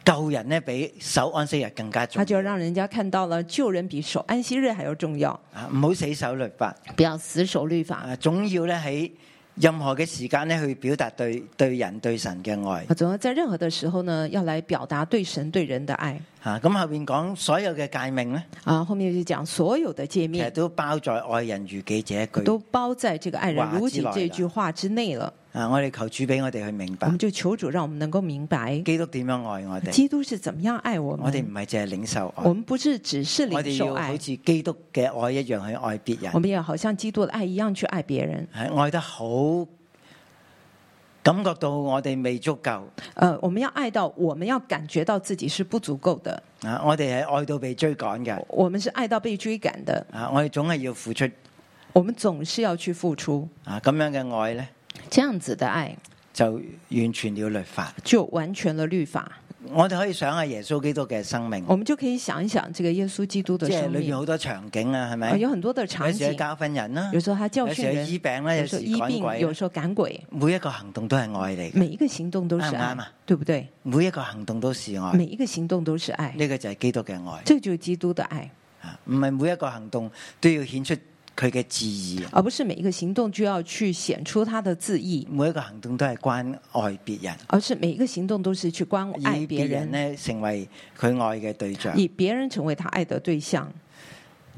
Speaker 2: 救人呢，比守安息日更加重
Speaker 3: 他就
Speaker 2: 要。
Speaker 3: 让人家看到了救人比守安息日还要重要，
Speaker 2: 啊唔好死守律法，
Speaker 3: 不要死守律法。
Speaker 2: 啊，總要咧喺任何嘅時間咧去表達對对人對神嘅愛。
Speaker 3: 啊总要在任何的时候呢，要来表达对神对人的爱。
Speaker 2: 啊，咁後邊講所有嘅誡命咧，
Speaker 3: 啊，后面就讲所有的界
Speaker 2: 其實
Speaker 3: 面
Speaker 2: 都包在愛人如己這一句。
Speaker 3: 都包在这个爱人如己这句话之内了。
Speaker 2: 啊，我哋求主俾我哋去明
Speaker 3: 我
Speaker 2: 白
Speaker 3: 们就求主让我们能够明白，
Speaker 2: 基督點樣愛我哋。
Speaker 3: 基督是怎么样爱我
Speaker 2: 我哋
Speaker 3: 们。
Speaker 2: 唔係淨係領受愛，
Speaker 3: 我们不是只是
Speaker 2: 我
Speaker 3: 领
Speaker 2: 哋
Speaker 3: 受
Speaker 2: 要好
Speaker 3: 爱
Speaker 2: 似，基督嘅愛一樣去愛別人
Speaker 3: 我，们也好像基督的爱一样去爱别人。
Speaker 2: 係愛得好，感覺到我哋未足夠
Speaker 3: 呃，我们要爱到，我们要感觉到自己是不足够的，
Speaker 2: 啊！我哋係愛到被追趕嘅
Speaker 3: 我们是爱到被追赶的，
Speaker 2: 啊！我哋總係要付出
Speaker 3: 我们总是要去付出。
Speaker 2: 啊！咁樣嘅愛咧，
Speaker 3: 这样子的爱
Speaker 2: 就完全了律法。
Speaker 3: 就完全了律法。
Speaker 2: 我哋可以想下耶穌基督嘅生命，
Speaker 3: 我们就可以想一想这个耶稣基督的
Speaker 2: 即係
Speaker 3: 生
Speaker 2: 裏
Speaker 3: 命
Speaker 2: 面好多場景啊，係
Speaker 3: 啊、
Speaker 2: 咪？
Speaker 3: 有很多的场
Speaker 2: 有時
Speaker 3: 景
Speaker 2: 去，教訓人啦，
Speaker 3: 有时候他教
Speaker 2: 有時
Speaker 3: 训
Speaker 2: 去
Speaker 3: 人，
Speaker 2: 醫病啦，
Speaker 3: 有
Speaker 2: 有
Speaker 3: 时候
Speaker 2: 時
Speaker 3: 医
Speaker 2: 趕
Speaker 3: 病，
Speaker 2: 鬼
Speaker 3: 有
Speaker 2: 啦，
Speaker 3: 时候赶鬼，
Speaker 2: 每一個行動都係愛嚟嘅，
Speaker 3: 每一个行动都
Speaker 2: 啱
Speaker 3: 是
Speaker 2: 唔
Speaker 3: 爱，
Speaker 2: 啱啊啊
Speaker 3: 对不对？
Speaker 2: 每一個行動都是愛。
Speaker 3: 每一个行动都是爱，
Speaker 2: 呢個就係基督嘅愛，
Speaker 3: 这就是基督的爱，
Speaker 2: 啊唔係每一個行動都要顯出佢嘅旨意，
Speaker 3: 而不是每一个行动就要去显出他的自意，
Speaker 2: 每一個行動都係關愛別人，
Speaker 3: 而是每一个行动都是去关爱
Speaker 2: 以
Speaker 3: 别
Speaker 2: 別人
Speaker 3: 人，
Speaker 2: 咧成為佢愛嘅對象。
Speaker 3: 以别人成为他爱的对象。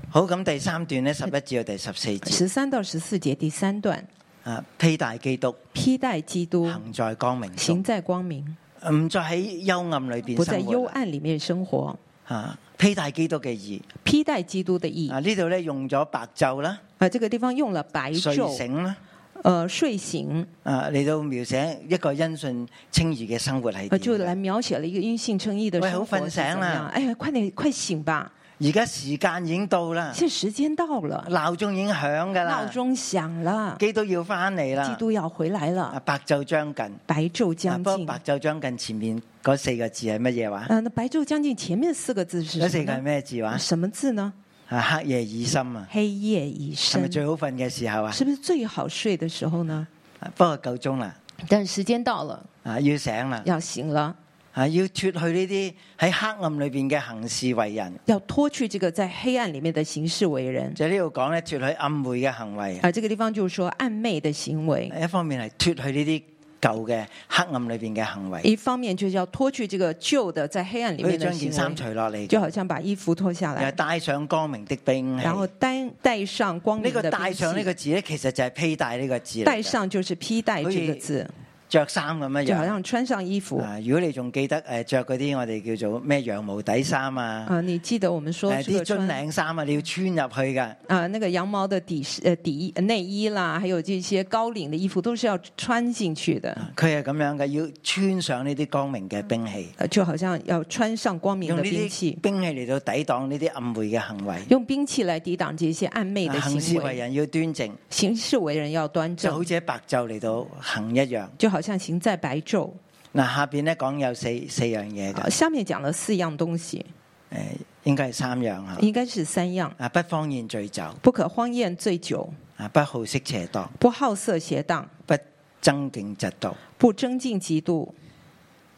Speaker 2: 好，咁第三段咧，十一至到第十四節
Speaker 3: 十三到十四节第三段，
Speaker 2: 啊，披戴基督，
Speaker 3: 披戴基督，
Speaker 2: 行在光明
Speaker 3: 行
Speaker 2: 中，
Speaker 3: 在光明，
Speaker 2: 唔再喺幽暗裏
Speaker 3: 不
Speaker 2: 邊
Speaker 3: 在
Speaker 2: 生
Speaker 3: 幽
Speaker 2: 活。
Speaker 3: 暗里面生活。
Speaker 2: 啊，披戴基督嘅義
Speaker 3: 披戴基督的义
Speaker 2: 啊，呢度咧用咗白晝啦、
Speaker 3: 啊，这个地方用了白
Speaker 2: 睡
Speaker 3: 昼，
Speaker 2: 醒啦，
Speaker 3: 呃，睡醒，
Speaker 2: 啊嚟到描寫一個因信稱義嘅生活係
Speaker 3: 呃，就来
Speaker 2: 點嘅。
Speaker 3: 描写了一个因信称义的
Speaker 2: 喂
Speaker 3: 生
Speaker 2: 好
Speaker 3: 活
Speaker 2: 瞓
Speaker 3: 是怎
Speaker 2: 醒
Speaker 3: 么
Speaker 2: 啦
Speaker 3: 样。哎呀，快点，快醒吧！
Speaker 2: 而家時間已經到啦，
Speaker 3: 现在时间到了，
Speaker 2: 鬧鐘已經響㗎
Speaker 3: 闹
Speaker 2: 啦。
Speaker 3: 钟响了，
Speaker 2: 基督要翻嚟
Speaker 3: 基
Speaker 2: 啦，
Speaker 3: 督要回来
Speaker 2: 啊
Speaker 3: 了，
Speaker 2: 白昼將近，啊
Speaker 3: 白昼
Speaker 2: 不
Speaker 3: 将
Speaker 2: 過
Speaker 3: 近。
Speaker 2: 白晝將近前面嗰四個字係乜嘢話？
Speaker 3: 嗯，那白昼将近前面四个字是
Speaker 2: 嗰
Speaker 3: 什
Speaker 2: 四
Speaker 3: 么
Speaker 2: 個係
Speaker 3: 呢？
Speaker 2: 咩字話？
Speaker 3: 什么字呢？
Speaker 2: 啊黑夜已深啊，
Speaker 3: 黑夜已
Speaker 2: 係咪
Speaker 3: 深，
Speaker 2: 最好瞓嘅時候啊？
Speaker 3: 是不是最好睡的时候呢？
Speaker 2: 啊不過夠鐘啦，
Speaker 3: 但时间到了，
Speaker 2: 啊要醒啦，
Speaker 3: 要醒了，
Speaker 2: 啊要脱去呢啲喺黑暗裏边嘅行事為人，
Speaker 3: 要脱去这个在黑暗里面的行事为人。啊
Speaker 2: 就呢度講咧脱去暗昧嘅行為。
Speaker 3: 而这个地方就是说暧昧的行为，
Speaker 2: 一方面係脱去呢啲舊嘅黑暗裏边嘅行為，
Speaker 3: 一方面就是要脱去这个旧的在黑暗里
Speaker 2: 好似
Speaker 3: 面
Speaker 2: 將
Speaker 3: 的行
Speaker 2: 件衫
Speaker 3: 为，
Speaker 2: 除落嚟，
Speaker 3: 就好像把衣服脱下
Speaker 2: 又
Speaker 3: 来，
Speaker 2: 戴上光明的兵器。
Speaker 3: 然后戴戴上光
Speaker 2: 呢
Speaker 3: 明
Speaker 2: 個
Speaker 3: 的
Speaker 2: 戴
Speaker 3: 兵器
Speaker 2: 上呢個字咧，其實就係披戴呢個字嚟嘅。
Speaker 3: 戴上就是披戴这个字，
Speaker 2: 着衫咁樣
Speaker 3: 就好
Speaker 2: 樣。
Speaker 3: 像穿上衣服。
Speaker 2: 哎啊，如果你仲記得誒著嗰啲我哋叫做咩羊毛底衫啊，
Speaker 3: 啊，你记得我们说
Speaker 2: 誒
Speaker 3: 这
Speaker 2: 啲
Speaker 3: 个
Speaker 2: 樽
Speaker 3: 穿
Speaker 2: 領衫啊，你要穿入去噶。
Speaker 3: 啊那个羊毛的底是呃底内衣啦，还有这些高领的衣服都是要穿进去的，
Speaker 2: 佢係咁樣嘅，要穿上呢啲光明嘅兵器，
Speaker 3: 呃就好像要穿上光明
Speaker 2: 用
Speaker 3: 的
Speaker 2: 呢
Speaker 3: 兵
Speaker 2: 啲
Speaker 3: 器，
Speaker 2: 兵器嚟到抵擋呢啲暗昧嘅行為。
Speaker 3: 用兵器来抵挡这些暧昧
Speaker 2: 啊
Speaker 3: 的
Speaker 2: 行事
Speaker 3: 行
Speaker 2: 為
Speaker 3: 为。
Speaker 2: 人要端正，
Speaker 3: 行事为人要端
Speaker 2: 就
Speaker 3: 正
Speaker 2: 好，似喺白晝嚟到行一樣。
Speaker 3: 就好像行在白昼。
Speaker 2: 嗱，下邊咧講有四四樣嘢
Speaker 3: 好
Speaker 2: 嘅，
Speaker 3: 下面讲了四样东西，
Speaker 2: 誒應該係三樣嚇。
Speaker 3: 应该是三样：
Speaker 2: 啊，不方言醉酒，
Speaker 3: 不可荒宴、醉酒、
Speaker 2: 啊，不好色邪蕩，
Speaker 3: 不好色、邪荡、
Speaker 2: 不爭競嫉妒。
Speaker 3: 不争竞、嫉妒。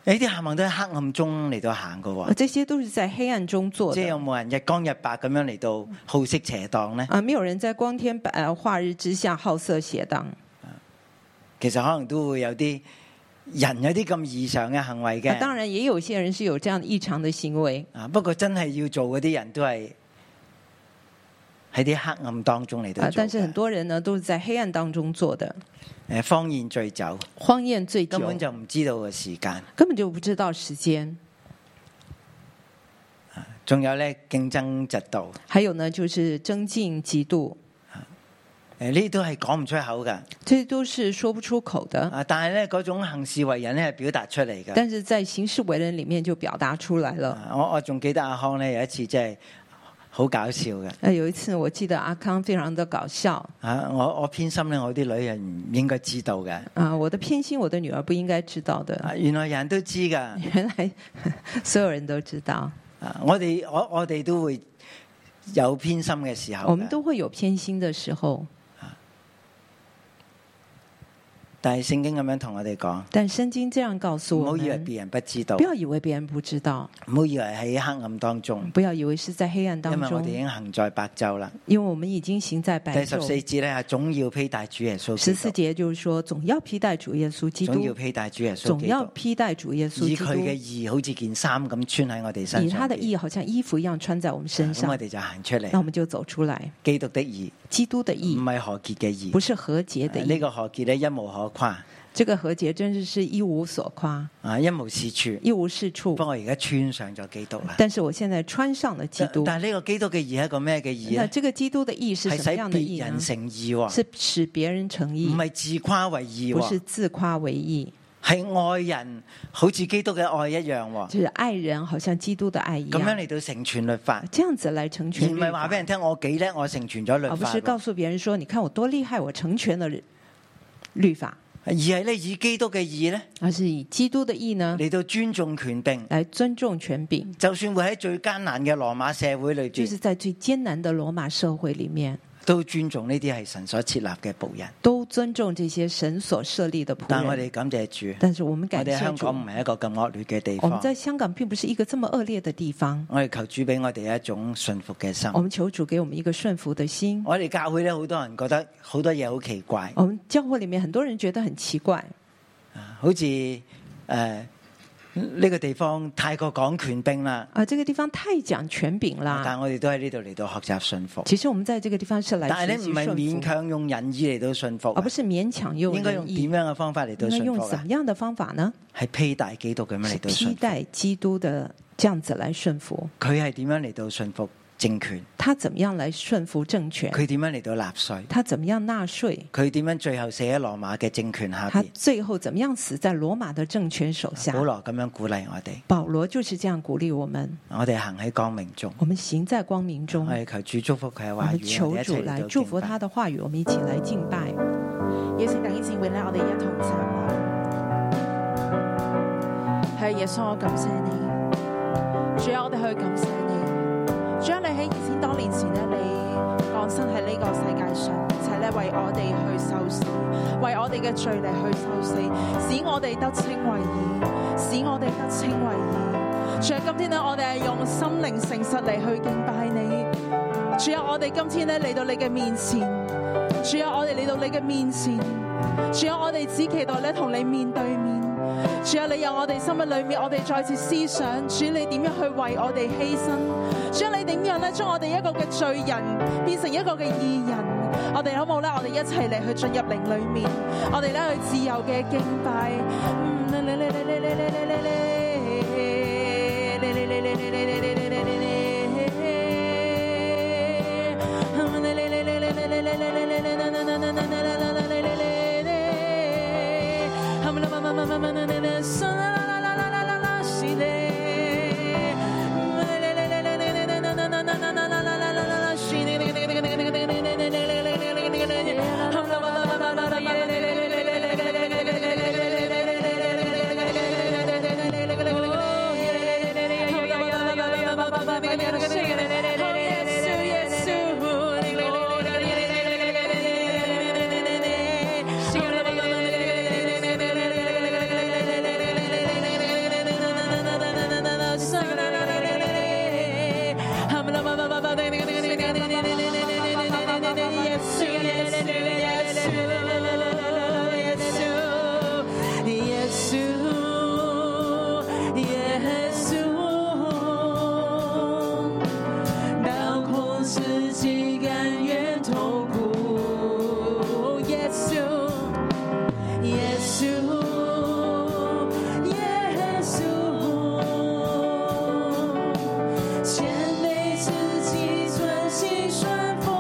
Speaker 2: 呢啲行行都喺黑暗中嚟到行嘅
Speaker 3: 呃
Speaker 2: 喎，
Speaker 3: 这些都是在黑暗中做
Speaker 2: 即係
Speaker 3: 的
Speaker 2: 有冇人日光日白咁樣嚟到好色邪蕩呢？
Speaker 3: 啊！没有人在光天白呃化日之下好色邪荡。
Speaker 2: 其實可能都會有啲人有啲咁異常嘅行為
Speaker 3: 啊当
Speaker 2: 嘅。
Speaker 3: 然，也有些人是有这样异常的行为，
Speaker 2: 啊，不過真係要做嗰啲人都係喺啲黑暗當中嚟
Speaker 3: 啊
Speaker 2: 到，做
Speaker 3: 但是很
Speaker 2: 嘅。
Speaker 3: 多人呢都是在黑暗当中做的，
Speaker 2: 誒，方言醉酒，
Speaker 3: 荒宴、醉酒
Speaker 2: 根，本就唔知道嘅時間。
Speaker 3: 根本就不知道时间。
Speaker 2: 仲有咧競爭嫉妒，
Speaker 3: 还有呢，就是争竞、嫉妒，
Speaker 2: 誒呢啲都係講唔出口㗎。
Speaker 3: 这些都是说不出口的。
Speaker 2: 啊，但係咧嗰種行事為人咧係表達出嚟㗎。
Speaker 3: 但是在行事为人里面就表达出来了。
Speaker 2: 啊我我仲記得阿康咧有一次真係好搞笑嘅。
Speaker 3: 呃，有一次我记得阿康非常的搞笑
Speaker 2: 啊！我我偏心咧，我啲女人唔應該知道嘅。
Speaker 3: 啊，我的偏心我的女儿不应该知道的，
Speaker 2: 啊，原來人都知㗎。
Speaker 3: 原来 [laughs] 所有人都知道，
Speaker 2: 啊，我哋我我哋都會有偏心嘅時候㗎。
Speaker 3: 我们都会有偏心的时候。
Speaker 2: 但系聖經咁樣同我哋講，
Speaker 3: 但圣经这样告诉
Speaker 2: 唔
Speaker 3: 我
Speaker 2: 好以為
Speaker 3: 们，
Speaker 2: 別人不知道
Speaker 3: 啊不，要以为别人不知道，
Speaker 2: 唔好以為喺黑暗當中，
Speaker 3: 不要以为是在黑暗
Speaker 2: 因
Speaker 3: 当
Speaker 2: 為我
Speaker 3: 中
Speaker 2: 哋已，經行在白晝啦。
Speaker 3: 因为我们已经行在
Speaker 2: 第
Speaker 3: 白
Speaker 2: 十四
Speaker 3: 昼。
Speaker 2: 節咧，係總要披戴主耶穌
Speaker 3: 十
Speaker 2: 基
Speaker 3: 四
Speaker 2: 督，
Speaker 3: 节就是说，总要披戴主耶稣基
Speaker 2: 總要
Speaker 3: 督，
Speaker 2: 披戴主耶穌
Speaker 3: 总
Speaker 2: 基
Speaker 3: 要
Speaker 2: 督，
Speaker 3: 披戴主耶稣基
Speaker 2: 以佢嘅
Speaker 3: 督，
Speaker 2: 義好似件衫咁穿喺我哋身
Speaker 3: 以他
Speaker 2: 上
Speaker 3: 的
Speaker 2: 邊，
Speaker 3: 义好像衣服一样穿在我们身
Speaker 2: 咁
Speaker 3: 上，
Speaker 2: 我哋就行出
Speaker 3: 那我
Speaker 2: 嚟。
Speaker 3: 们就走出来。
Speaker 2: 基督的義
Speaker 3: 基督的义
Speaker 2: 唔係何潔嘅
Speaker 3: 不
Speaker 2: 義，啊
Speaker 3: 是和解的
Speaker 2: 呢
Speaker 3: 义，
Speaker 2: 個何潔咧一無可誇
Speaker 3: 这个和解真是是一无所夸，
Speaker 2: 啊，一無是處。
Speaker 3: 一无是
Speaker 2: 不
Speaker 3: 处。
Speaker 2: 過我而家穿上咗基督啦。
Speaker 3: 但是我现在穿上了基
Speaker 2: 但
Speaker 3: 督，
Speaker 2: 但係呢個基督嘅義係一個咩嘅義
Speaker 3: 那
Speaker 2: 咧？
Speaker 3: 这个基督的义是
Speaker 2: 係
Speaker 3: 什
Speaker 2: 使
Speaker 3: 么样的
Speaker 2: 別
Speaker 3: 义呢
Speaker 2: 人？成義喎。
Speaker 3: 是使别人诚意
Speaker 2: 唔，係自誇為義
Speaker 3: 不是
Speaker 2: 喎，
Speaker 3: 自夸为义，
Speaker 2: 係愛人，好似基督嘅愛一樣喎。
Speaker 3: 就是爱人，好像基督的爱一
Speaker 2: 咁樣
Speaker 3: 样。
Speaker 2: 嚟到成全律法，
Speaker 3: 这样子来成
Speaker 2: 而
Speaker 3: 全
Speaker 2: 唔
Speaker 3: 律
Speaker 2: 係
Speaker 3: 法
Speaker 2: 話俾，人聽我幾叻，我成全咗律
Speaker 3: 而不
Speaker 2: 法
Speaker 3: 是告
Speaker 2: 喎，
Speaker 3: 诉别人说：“你看我多厉害，我成全了律律法。
Speaker 2: 而係咧以基督嘅義咧”
Speaker 3: 而是以基督的义呢，
Speaker 2: 嚟到尊重權柄。
Speaker 3: 来尊重权柄，
Speaker 2: 就算會喺最艱難嘅羅馬社會裏
Speaker 3: 就是
Speaker 2: 邊，
Speaker 3: 在最艰难的罗马社会里面，
Speaker 2: 都尊重呢啲係神所設立嘅仆人。
Speaker 3: 都尊重这些神所设立的仆
Speaker 2: 但係我
Speaker 3: 人。
Speaker 2: 哋感謝主，
Speaker 3: 但是我们
Speaker 2: 我
Speaker 3: 感
Speaker 2: 哋喺
Speaker 3: 谢
Speaker 2: 香
Speaker 3: 主，
Speaker 2: 港唔係一個咁惡劣嘅地
Speaker 3: 我们
Speaker 2: 方。
Speaker 3: 在香港并不是一个这么恶劣的地方。
Speaker 2: 我哋求主俾我哋一種信服嘅心
Speaker 3: 我。们求主给我们一个顺服的心。
Speaker 2: 我哋教會咧，好多人覺得好多嘢好奇怪。
Speaker 3: 我们教会里面很多人觉得很奇怪，
Speaker 2: 好似诶呢個地方太過講權兵啦，
Speaker 3: 啊，这个地方太讲权柄
Speaker 2: 但
Speaker 3: 啦。
Speaker 2: 我哋都喺呢度嚟到學習信服。
Speaker 3: 其实我们在这个地方是
Speaker 2: 但係
Speaker 3: 来
Speaker 2: 咧
Speaker 3: 学
Speaker 2: 唔
Speaker 3: 习
Speaker 2: 係勉
Speaker 3: 顺服，啊
Speaker 2: 強用引意嚟到信服
Speaker 3: 而，
Speaker 2: 啊
Speaker 3: 不是勉强用
Speaker 2: 應該用
Speaker 3: 人
Speaker 2: 點
Speaker 3: 意。
Speaker 2: 樣嘅方法嚟到
Speaker 3: 应该
Speaker 2: 信
Speaker 3: 用
Speaker 2: 服
Speaker 3: 什
Speaker 2: 啊
Speaker 3: 么？样的方法呢？
Speaker 2: 係披戴基督咁樣
Speaker 3: 是
Speaker 2: 嚟到
Speaker 3: 披
Speaker 2: 信服。
Speaker 3: 戴基督的这样子来顺服。
Speaker 2: 佢係點樣嚟到信服政權？
Speaker 3: 他怎么样来顺服政权？
Speaker 2: 佢點樣嚟到納税？
Speaker 3: 他怎么样纳税？
Speaker 2: 佢點樣最後死喺羅馬嘅政權下
Speaker 3: 他
Speaker 2: 边？
Speaker 3: 最后怎么样死在罗马的政权手下
Speaker 2: 保？羅咁樣鼓勵我哋，
Speaker 3: 保罗就是这样鼓励我们：
Speaker 2: 我哋行喺光明中，
Speaker 3: 我们行在光明中
Speaker 2: 我。哋求主祝福佢嘅
Speaker 3: 嗯我
Speaker 2: 話
Speaker 3: 们
Speaker 2: 語，我
Speaker 3: 求
Speaker 2: 哋一
Speaker 3: 主
Speaker 2: 齊嚟
Speaker 3: 来
Speaker 2: 到
Speaker 3: 祝福
Speaker 2: 敬拜
Speaker 3: 他。的话语，我们一起来敬拜。
Speaker 4: 邀請弟兄姊妹咧，我哋一同站立。係耶穌，我感謝你，主啊，我哋去感謝你，主啊，你喺二千多年前咧，你降生喺呢個世界上，並且咧為我哋去受死，為我哋嘅罪嚟去受死，使我哋得稱為義，使我哋得稱為義。主啊，今天咧，我哋係用心靈誠實嚟去敬拜你。主啊，我哋今天咧嚟到你嘅面前。主啊，我哋嚟到你嘅面前，主啊，我哋只期待咧同你面對面。主啊，你由我哋心嘅裏面，我哋再次思想，主你點樣去為我哋犧牲？主啊，你點樣咧將我哋一個嘅罪人變成一個嘅義人？我哋好冇咧？我哋一齊嚟去進入靈裏面，我哋咧去自由嘅敬拜。嗯嚟嚟嚟嚟嚟嚟嚟嚟嚟嚟嚟嚟嚟嚟嚟嚟嚟嚟嚟到空自己甘愿痛苦，耶稣，耶稣，耶稣，谦卑自己，存心顺服。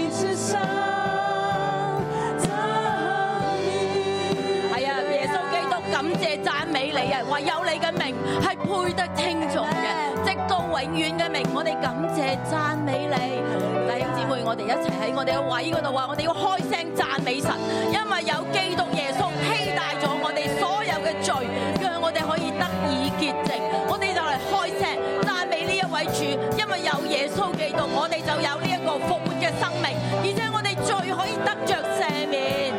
Speaker 5: 啊嘅，唯有你嘅名係配得稱頌嘅，直到永遠嘅名。我哋感謝讚美你，弟兄姊妹，我哋一齊喺我哋嘅位嗰度話，我哋要開聲讚美神，因為有基督耶穌披戴咗我哋所有嘅罪，讓我哋可以得以潔淨。我哋就嚟開聲讚美呢一位主，因為有耶穌基督，我哋就有呢一個復活嘅生命，而且我哋罪可以得着赦免。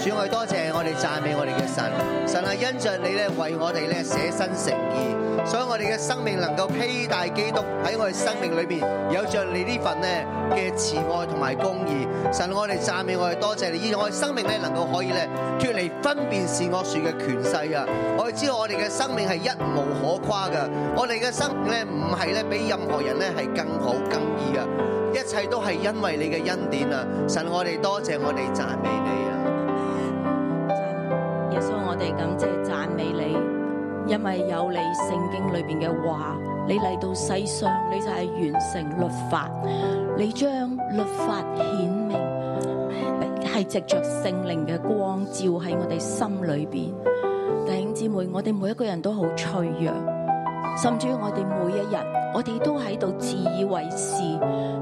Speaker 6: 主，我哋多謝我哋讚美我哋嘅神，神係因着你咧為我哋咧捨身誠意，所以我哋嘅生命能夠披戴基督喺我哋生命裏面有着你呢份咧嘅慈愛同埋公義。神，啊我哋讚美我哋多謝你，以我哋生命咧能夠可以咧脱離分辨善惡樹嘅權勢啊！我哋知道我哋嘅生命係一無可誇嘅，我哋嘅生命咧唔係咧比任何人咧係更好更易嘅，一切都係因為你嘅恩典啊！神，我哋多謝我哋讚美你啊！
Speaker 5: 耶穌，我哋感謝讚美你，因為有你聖經裏邊嘅話，你嚟到世上，你就係完成律法，你將律法顯明，係藉着聖靈嘅光照喺我哋心裏邊。弟兄姊妹，我哋每一個人都好脆弱，甚至我哋每一日，我哋都喺度自以為是，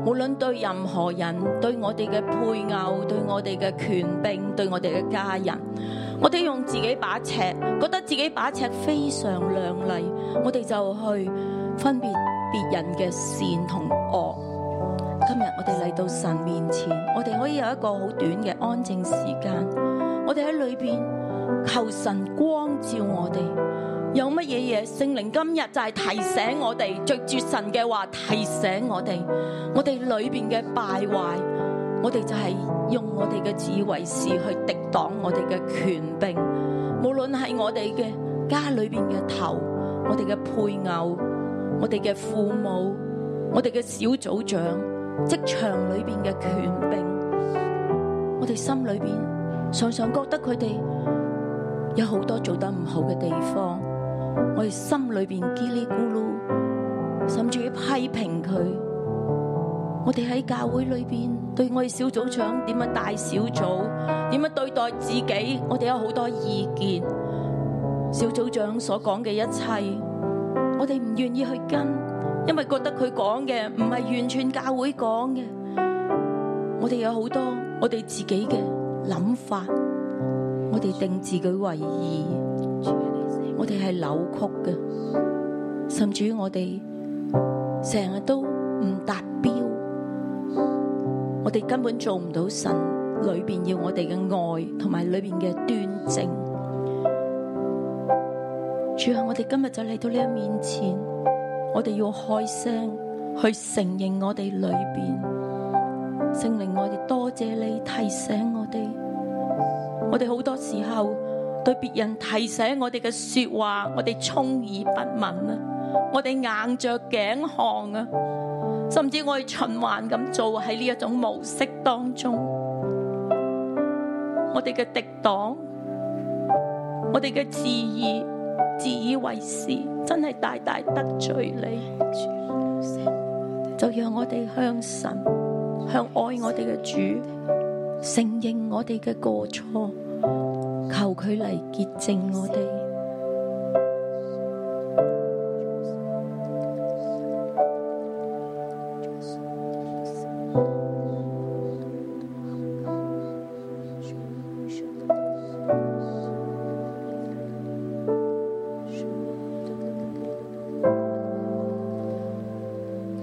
Speaker 5: 無論對任何人，對我哋嘅配偶，對我哋嘅權柄，對我哋嘅家人。我哋用自己把尺，覺得自己把尺非常亮麗，我哋就去分別別人嘅善同惡。今日我哋嚟到神面前，我哋可以有一個好短嘅安靜時間，我哋喺裏邊求神光照我哋。有乜嘢嘢？聖靈今日就係提醒我哋，藉住神嘅話提醒我哋，我哋裏邊嘅敗壞。我哋就係用我哋嘅自以為是去敵擋我哋嘅權柄，無論係我哋嘅家裏邊嘅頭，我哋嘅配偶，我哋嘅父母，我哋嘅小組長，職場裏邊嘅權柄，我哋心裏邊常常覺得佢哋有好多做得唔好嘅地方，我哋心裏邊嘰哩咕嚕，甚至於批評佢。我哋喺教會裏邊，對我哋小組長點樣帶小組，點樣對待自己，我哋有好多意見。小組長所講嘅一切，我哋唔願意去跟，因為覺得佢講嘅唔係完全教會講嘅。我哋有好多我哋自己嘅諗法，我哋定自己為義，我哋係扭曲嘅，甚至於我哋成日都唔達標。我哋根本做唔到神裏邊要我哋嘅愛同埋裏邊嘅端正。主啊，我哋今日就嚟到呢一面前，我哋要開聲去承認我哋裏邊聖靈，我哋多謝你提醒我哋。我哋好多時候對別人提醒我哋嘅說話，我哋充耳不聞啊，我哋硬着頸項啊。甚至我哋循環咁做喺呢一種模式當中，我哋嘅敵黨，我哋嘅自意、自以為是，真係大大得罪你。就讓我哋向神、向愛我哋嘅主，承認我哋嘅過錯，求佢嚟潔淨我哋。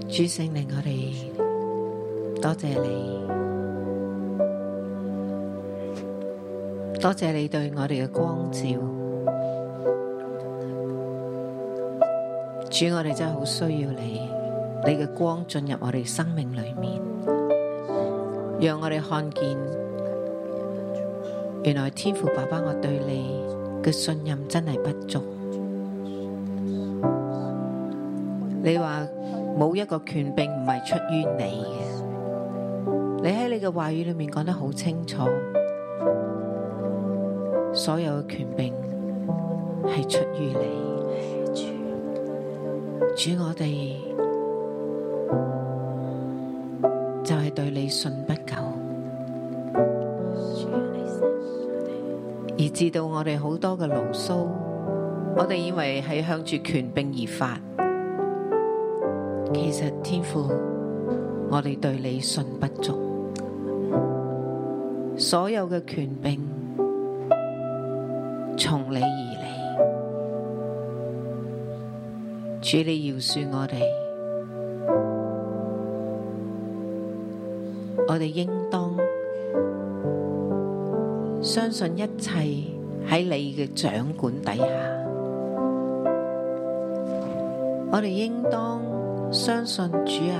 Speaker 7: 主聖靈，我哋多謝你，多謝你對我哋嘅光照。主，我哋真係好需要你，你嘅光進入我哋生命裏面，讓我哋看見，原來天父爸爸我對你嘅信任真係不足。你話冇一個權柄唔係出於你嘅，你喺你嘅話語裏面講得好清楚，所有嘅權柄係出於你。主，我哋對你信不夠，而至到我哋好多嘅牢騷，我哋以為係向住權柄而發，其實天父，我哋對你信不足，所有嘅權柄從你而嚟，主你饒恕我哋。我哋應當相信一切喺你嘅掌管底下。我哋應當相信主啊，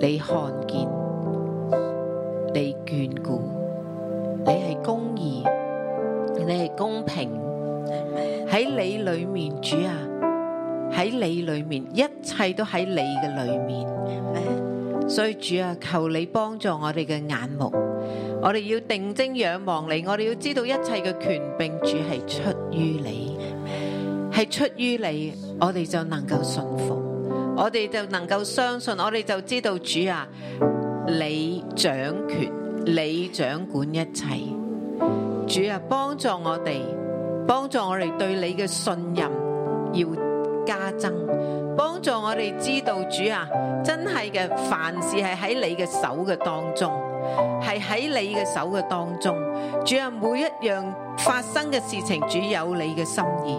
Speaker 7: 你看見，你眷顧，你係公義，你係公平。喺你裏面，主啊，
Speaker 8: à.
Speaker 7: 喺你裏面，一切都喺你嘅裏面。所以主
Speaker 8: à,
Speaker 7: 啊，求你幫助我哋嘅眼目，我哋要定睛仰望你，我哋要知道一切嘅權柄主係出於你，係出於你，我哋就能夠信服，我哋就能夠相信，我哋就知道主
Speaker 8: à.
Speaker 7: 啊，你掌權，你掌管一切。主啊，幫助我哋，幫助我哋對你嘅信任要加增。幫助我哋知道主啊，真係嘅凡事係喺你嘅手嘅當中，係喺你嘅手嘅當中。主啊，每一樣發生嘅事情，主有你嘅心意。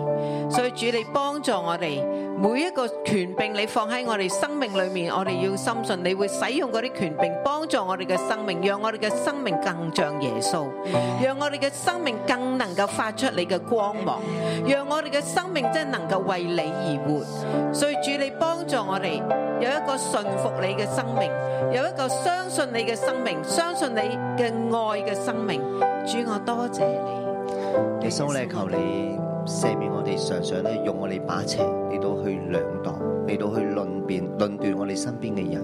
Speaker 7: 所以主，你幫助我哋每一個權柄，你放喺我哋生命裏面，我哋要深信你會使用嗰啲權柄幫助我哋嘅生命，讓我哋嘅生命更像耶穌，讓我哋嘅生命更能夠發出你嘅光芒，讓我哋嘅生命真係能夠為你而活。所以主，你幫助我哋有一個信服你嘅生命，有一個相信你嘅生命，相信你嘅愛嘅生命。主，我多謝你。
Speaker 6: 耶穌咧，求你赦免我哋，常常咧用我哋把尺嚟到去量度，嚟到去論辯、論斷我哋身邊嘅人。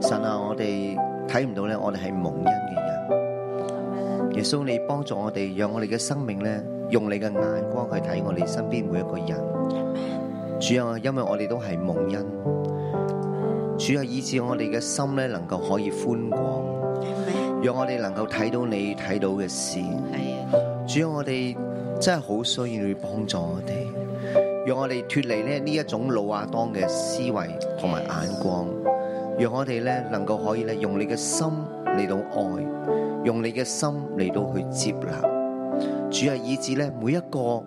Speaker 6: 神啊，我哋睇唔到咧，我哋係蒙恩嘅人。耶穌，你幫助我哋，讓我哋嘅生命咧，用你嘅眼光去睇我哋身邊每一個人。主啊，因為我哋都係蒙恩。主啊，以致我哋嘅心咧能夠可以寬廣，讓我哋能夠睇到你睇到嘅事。主啊，我哋真係好需要你幫助我哋，讓我哋脱離咧呢一種老亞當嘅思維同埋眼光，讓我哋咧能夠可以咧用你嘅心嚟到愛，用你嘅心嚟到去接納。主啊，以致咧每一個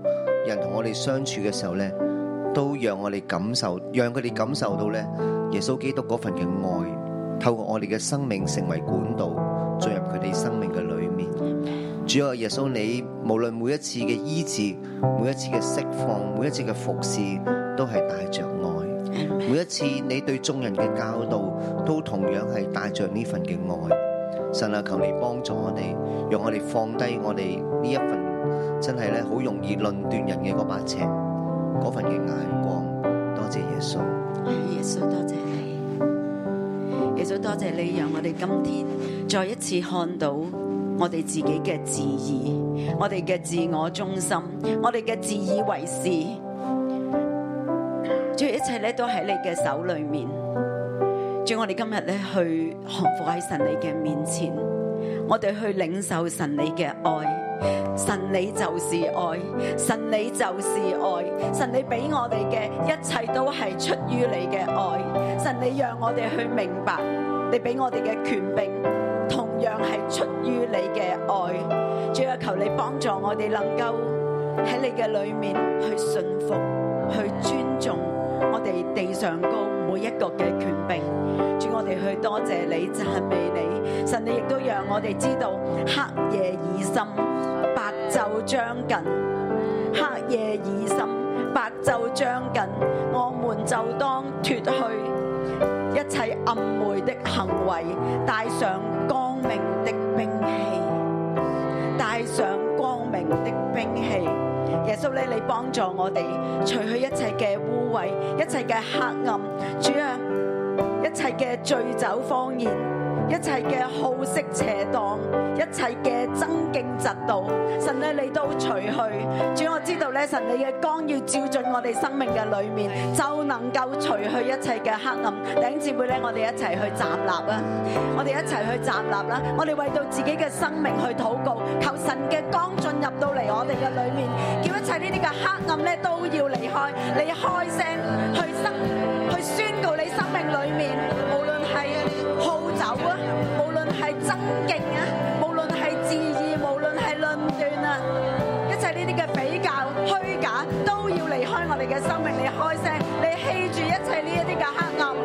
Speaker 6: 人同我哋相處嘅時候咧，都讓我哋感受，讓佢哋感受到咧耶穌基督嗰份嘅愛，透過我哋嘅生命成為管道，進入佢哋生命嘅裏面。主啊，耶穌你無論每一次嘅醫治，每一次嘅釋放，每一次嘅服侍，都係帶着愛。每一次你對眾人嘅教導，都同樣係帶着呢份嘅愛。神啊，求你幫助我哋，讓我哋放低我哋呢一份真係咧好容易論斷人嘅嗰把尺，嗰份嘅眼光。多謝耶穌。
Speaker 9: 耶穌多謝你，耶穌多謝你，讓我哋今天再一次看到我哋自己嘅自義，我哋嘅自我中心，我哋嘅自以為是，主一切咧都喺你嘅手裏面。主，我哋今日咧去降服喺神你嘅面前，我哋去領受神你嘅愛。神你就是愛，神你就是愛，神你俾我哋嘅一切都係出於你嘅愛，神你讓我哋去明白，你俾我哋嘅權柄同樣係出於你嘅愛。主啊，求你幫助我哋能夠喺你嘅裏面去信服、去尊重我哋地上高每一個嘅權柄。主，我哋去多謝你、讚美你，神你亦都讓我哋知道黑夜已深。白晝將近，黑夜已深，白晝將近，我們就當脱去一切暗昧的行為，帶上光明的兵器，帶上光明的兵器。耶穌咧，你幫助我哋除去一切嘅污穢，一切嘅黑暗，主啊，一切嘅醉酒謊言。一切嘅好色邪荡，一切嘅爭競嫉妒，神咧你都除去。主我知道咧，神你嘅光要照進我哋生命嘅裏面，就能夠除去一切嘅黑暗。弟兄姊妹咧，我哋一齊去站立啊！我哋一齊去站立啦！我哋為到自己嘅生命去禱告，求神嘅光進入到嚟我哋嘅裏面，叫一切呢啲嘅黑暗咧都要離開。你開聲去生去宣告你生命裏面，無論係好酒啊，無論係爭競啊，無論係自義，無論係論斷啊，一切呢啲嘅比較、虛假都要離開我哋嘅生命。你開聲，你棄住一切呢一啲嘅黑暗。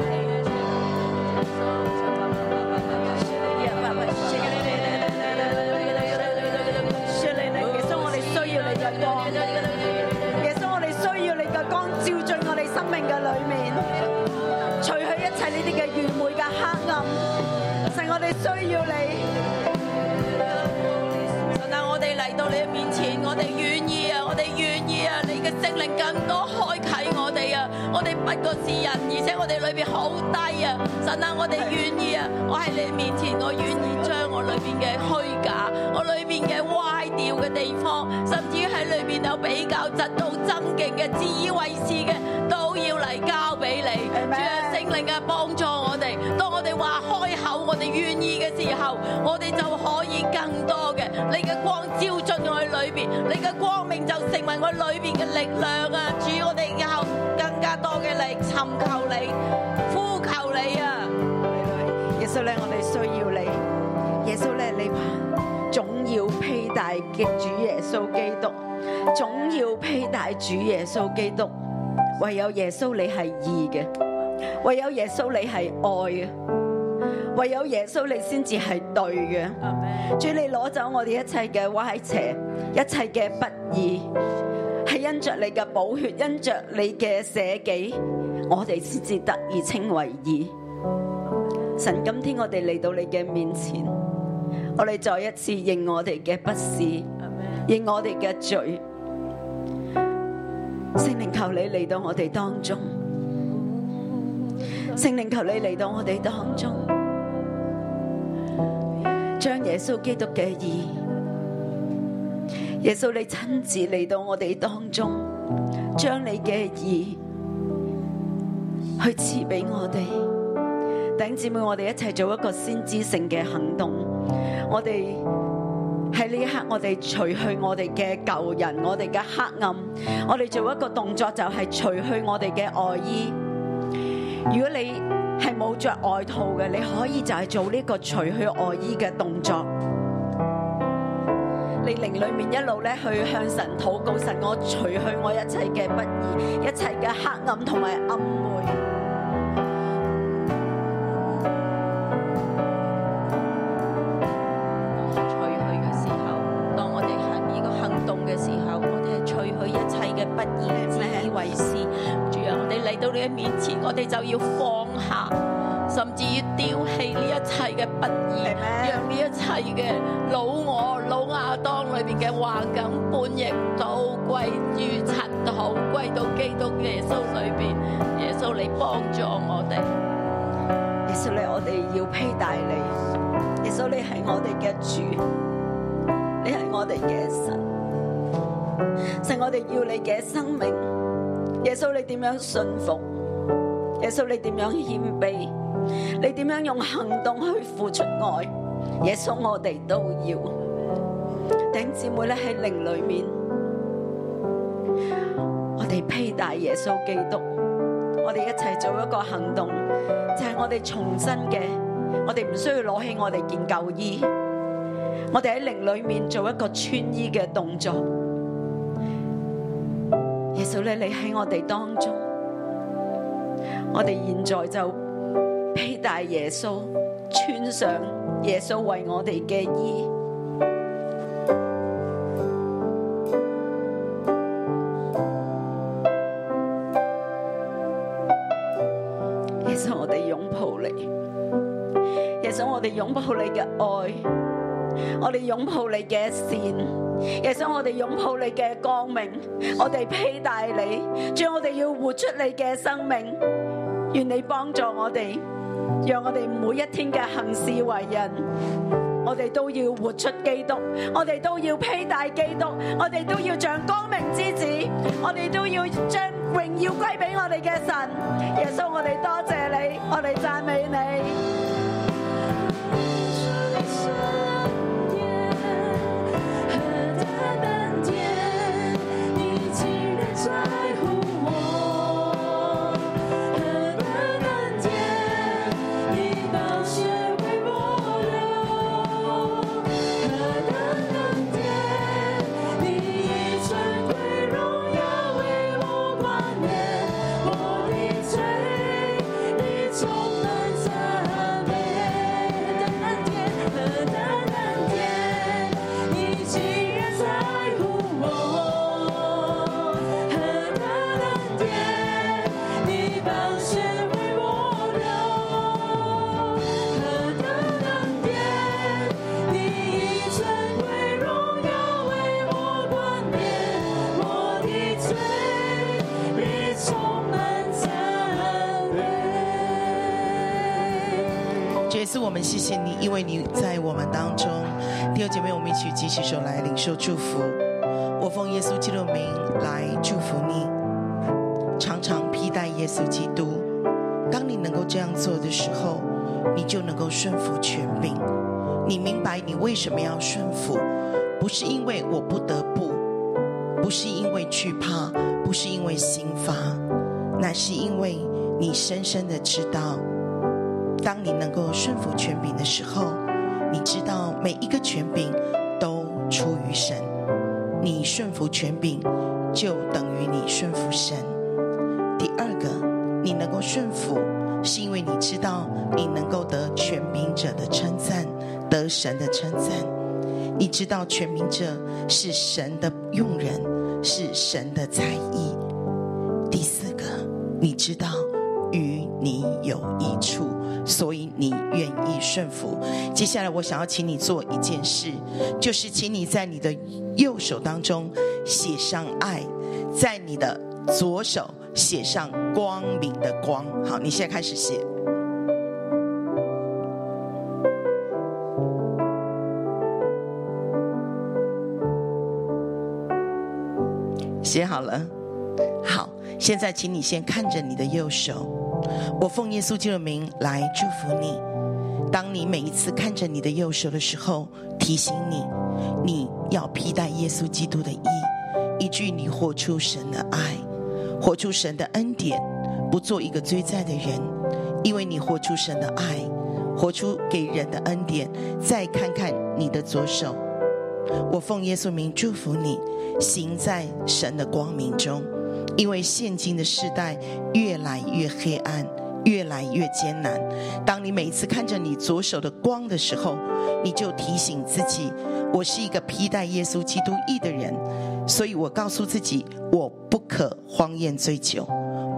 Speaker 9: 耶穌，我哋需要你嘅光。耶穌，我哋需要你嘅光照進我哋生命嘅裏面，除去一切呢啲嘅愚昧嘅黑暗。神，我哋需要你。
Speaker 5: 神啊，我哋嚟到你嘅面前，我哋願意啊，我哋願意啊，你嘅聖靈更多開啟我哋啊，我哋不過是人，而且我哋裏邊好低啊，神啊，我哋願意啊，我喺你面前，我願意將我裏邊嘅虛假，我裏邊嘅歪掉嘅地方，甚至喺裏邊有比較嫉妒、爭競嘅、自以為是嘅，都要嚟交俾你。主
Speaker 9: Amen
Speaker 5: 啊，聖靈啊，幫助我哋，當我哋話開口，我哋願意嘅時候，我哋就可以更多嘅。你嘅光照進我哋裏邊，你嘅光明就成為我裏邊嘅力量啊！主，我哋以後更加多嘅嚟尋求你，呼求你啊！
Speaker 9: 耶穌咧，我哋需要你。耶穌咧，你總要披戴嘅主耶穌基督，總要披戴主耶穌基督。唯有耶穌你係義嘅，唯有耶穌你係愛嘅，唯有耶穌你先至係對嘅。主你攞走我哋一切嘅歪邪，一切嘅不義，係因着你嘅寶血，因着你嘅捨己，我哋先至得以稱為義。神，今天我哋嚟到你嘅面前，我哋再一次認我哋嘅不是，認我哋嘅罪。聖靈求你嚟到我哋當中，聖靈求你嚟到我哋當中，將耶穌基督嘅義，耶穌你親自嚟到我哋當中，將你嘅義去賜俾我哋。弟兄姊妹，我哋一齊做一個先知性嘅行動。我哋喺呢一刻，我哋除去我哋嘅舊人，我哋嘅黑暗，我哋做一個動作，就係除去我哋嘅外衣。如果你係冇着外套嘅，你可以就係做呢個除去外衣嘅動作。你靈裏面一路咧去向神禱告，神我除去我一切嘅不義，一切嘅黑暗同埋暗昧。
Speaker 5: 除去嘅時候，當我哋行呢個行動嘅時候，我哋係除去一切嘅不義、自以為是。主啊，我哋嚟到你嘅面前，我哋就要放下，甚至要丟棄呢一切嘅不義，讓呢一切嘅老我、老亞當裏邊嘅幻境、叛逆都歸於塵土，歸到基督耶穌裏邊。耶穌，你幫助我哋。
Speaker 9: 耶穌你，我哋要披戴你。耶穌你係我哋嘅主，你係我哋嘅神。神，我哋要你嘅生命。耶穌你點樣信服？耶穌你點樣謙卑？你點樣用行動去付出愛？耶穌我哋都要。弟兄姊妹咧喺靈裏面，我哋披戴耶穌基督，我哋一齊做一個行動。就係我哋重新嘅，我哋唔需要攞起我哋件舊衣，我哋喺靈裏面做一個穿衣嘅動作。耶穌咧，你喺我哋當中，我哋現在就披戴耶穌，穿上耶穌為我哋嘅衣。耶穌，我哋擁抱你。耶穌，我哋擁抱你嘅愛，我哋擁抱你嘅善。耶穌，我哋擁抱你嘅光明，我哋披戴你。主，我哋要活出你嘅生命。願你幫助我哋，让我哋每一天嘅行事为人，我哋都要活出基督，我哋都要披戴基督，我哋都要像光明之子，我哋都要将荣耀归俾我哋嘅神。耶稣，我哋多谢你，我哋赞美你。
Speaker 8: 这也是我们谢谢你，因为你在我们当中。弟兄姐妹，我们一起举起手来领受祝福。我奉耶稣基督的名来祝福你，常常披戴耶稣基督。当你能够这样做的时候，你就能够顺服权柄。你明白你为什么要顺服，不是因为我不得不，不是因为惧怕，不是因为刑罚，乃是因为你深深的知道。当你能够顺服权柄的时候，你知道每一个权柄都出于神。你顺服权柄，就等于你顺服神。第二个，你能够顺服，是因为你知道你能够得权柄者的称赞，得神的称赞。你知道权柄者是神的用人，是神的才艺。第四个，你知道与你有益处，所以你愿意顺服。接下来，我想要请你做一件事，就是请你在你的右手当中写上爱，在你的左手写上光明的光。好，你现在开始写。写好了。好，现在请你先看着你的右手，我奉耶稣基督的名来祝福你。当你每一次看着你的右手的时候，提醒你，你要披戴耶稣基督的义，以至于你活出神的爱，活出神的恩典，不做一个追债的人，因为你活出神的爱，活出给人的恩典。再看看你的左手，我奉耶稣名祝福你，行在神的光明中。因为现今的世代越来越黑暗，越来越艰难。当你每一次看着你左手的光的时候，你就提醒自己：我是一个披戴耶稣基督义的人。所以我告诉自己，我不可荒宴醉酒，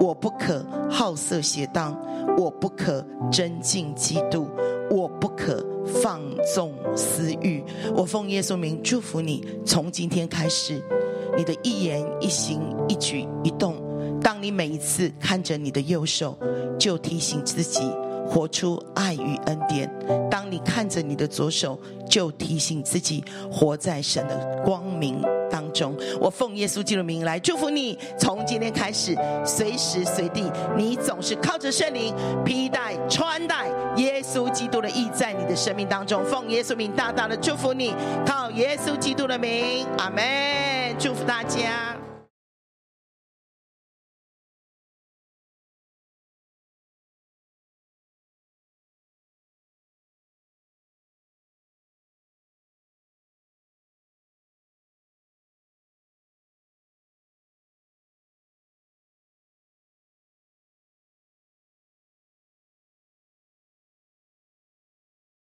Speaker 8: 我不可好色邪荡，我不可真敬嫉妒，我不可放纵私欲。我奉耶稣名祝福你，从今天开始。你的一言一行、一举一动，当你每一次看着你的右手，就提醒自己活出爱与恩典；当你看着你的左手，就提醒自己活在神的光明当中。我奉耶稣基督的名来祝福你，从今天开始，随时随地，你总是靠着圣灵披戴、穿戴耶稣基督的义在你的生命当中。奉耶稣名大大的祝福你，靠耶稣基督的名，阿门。祝福大家。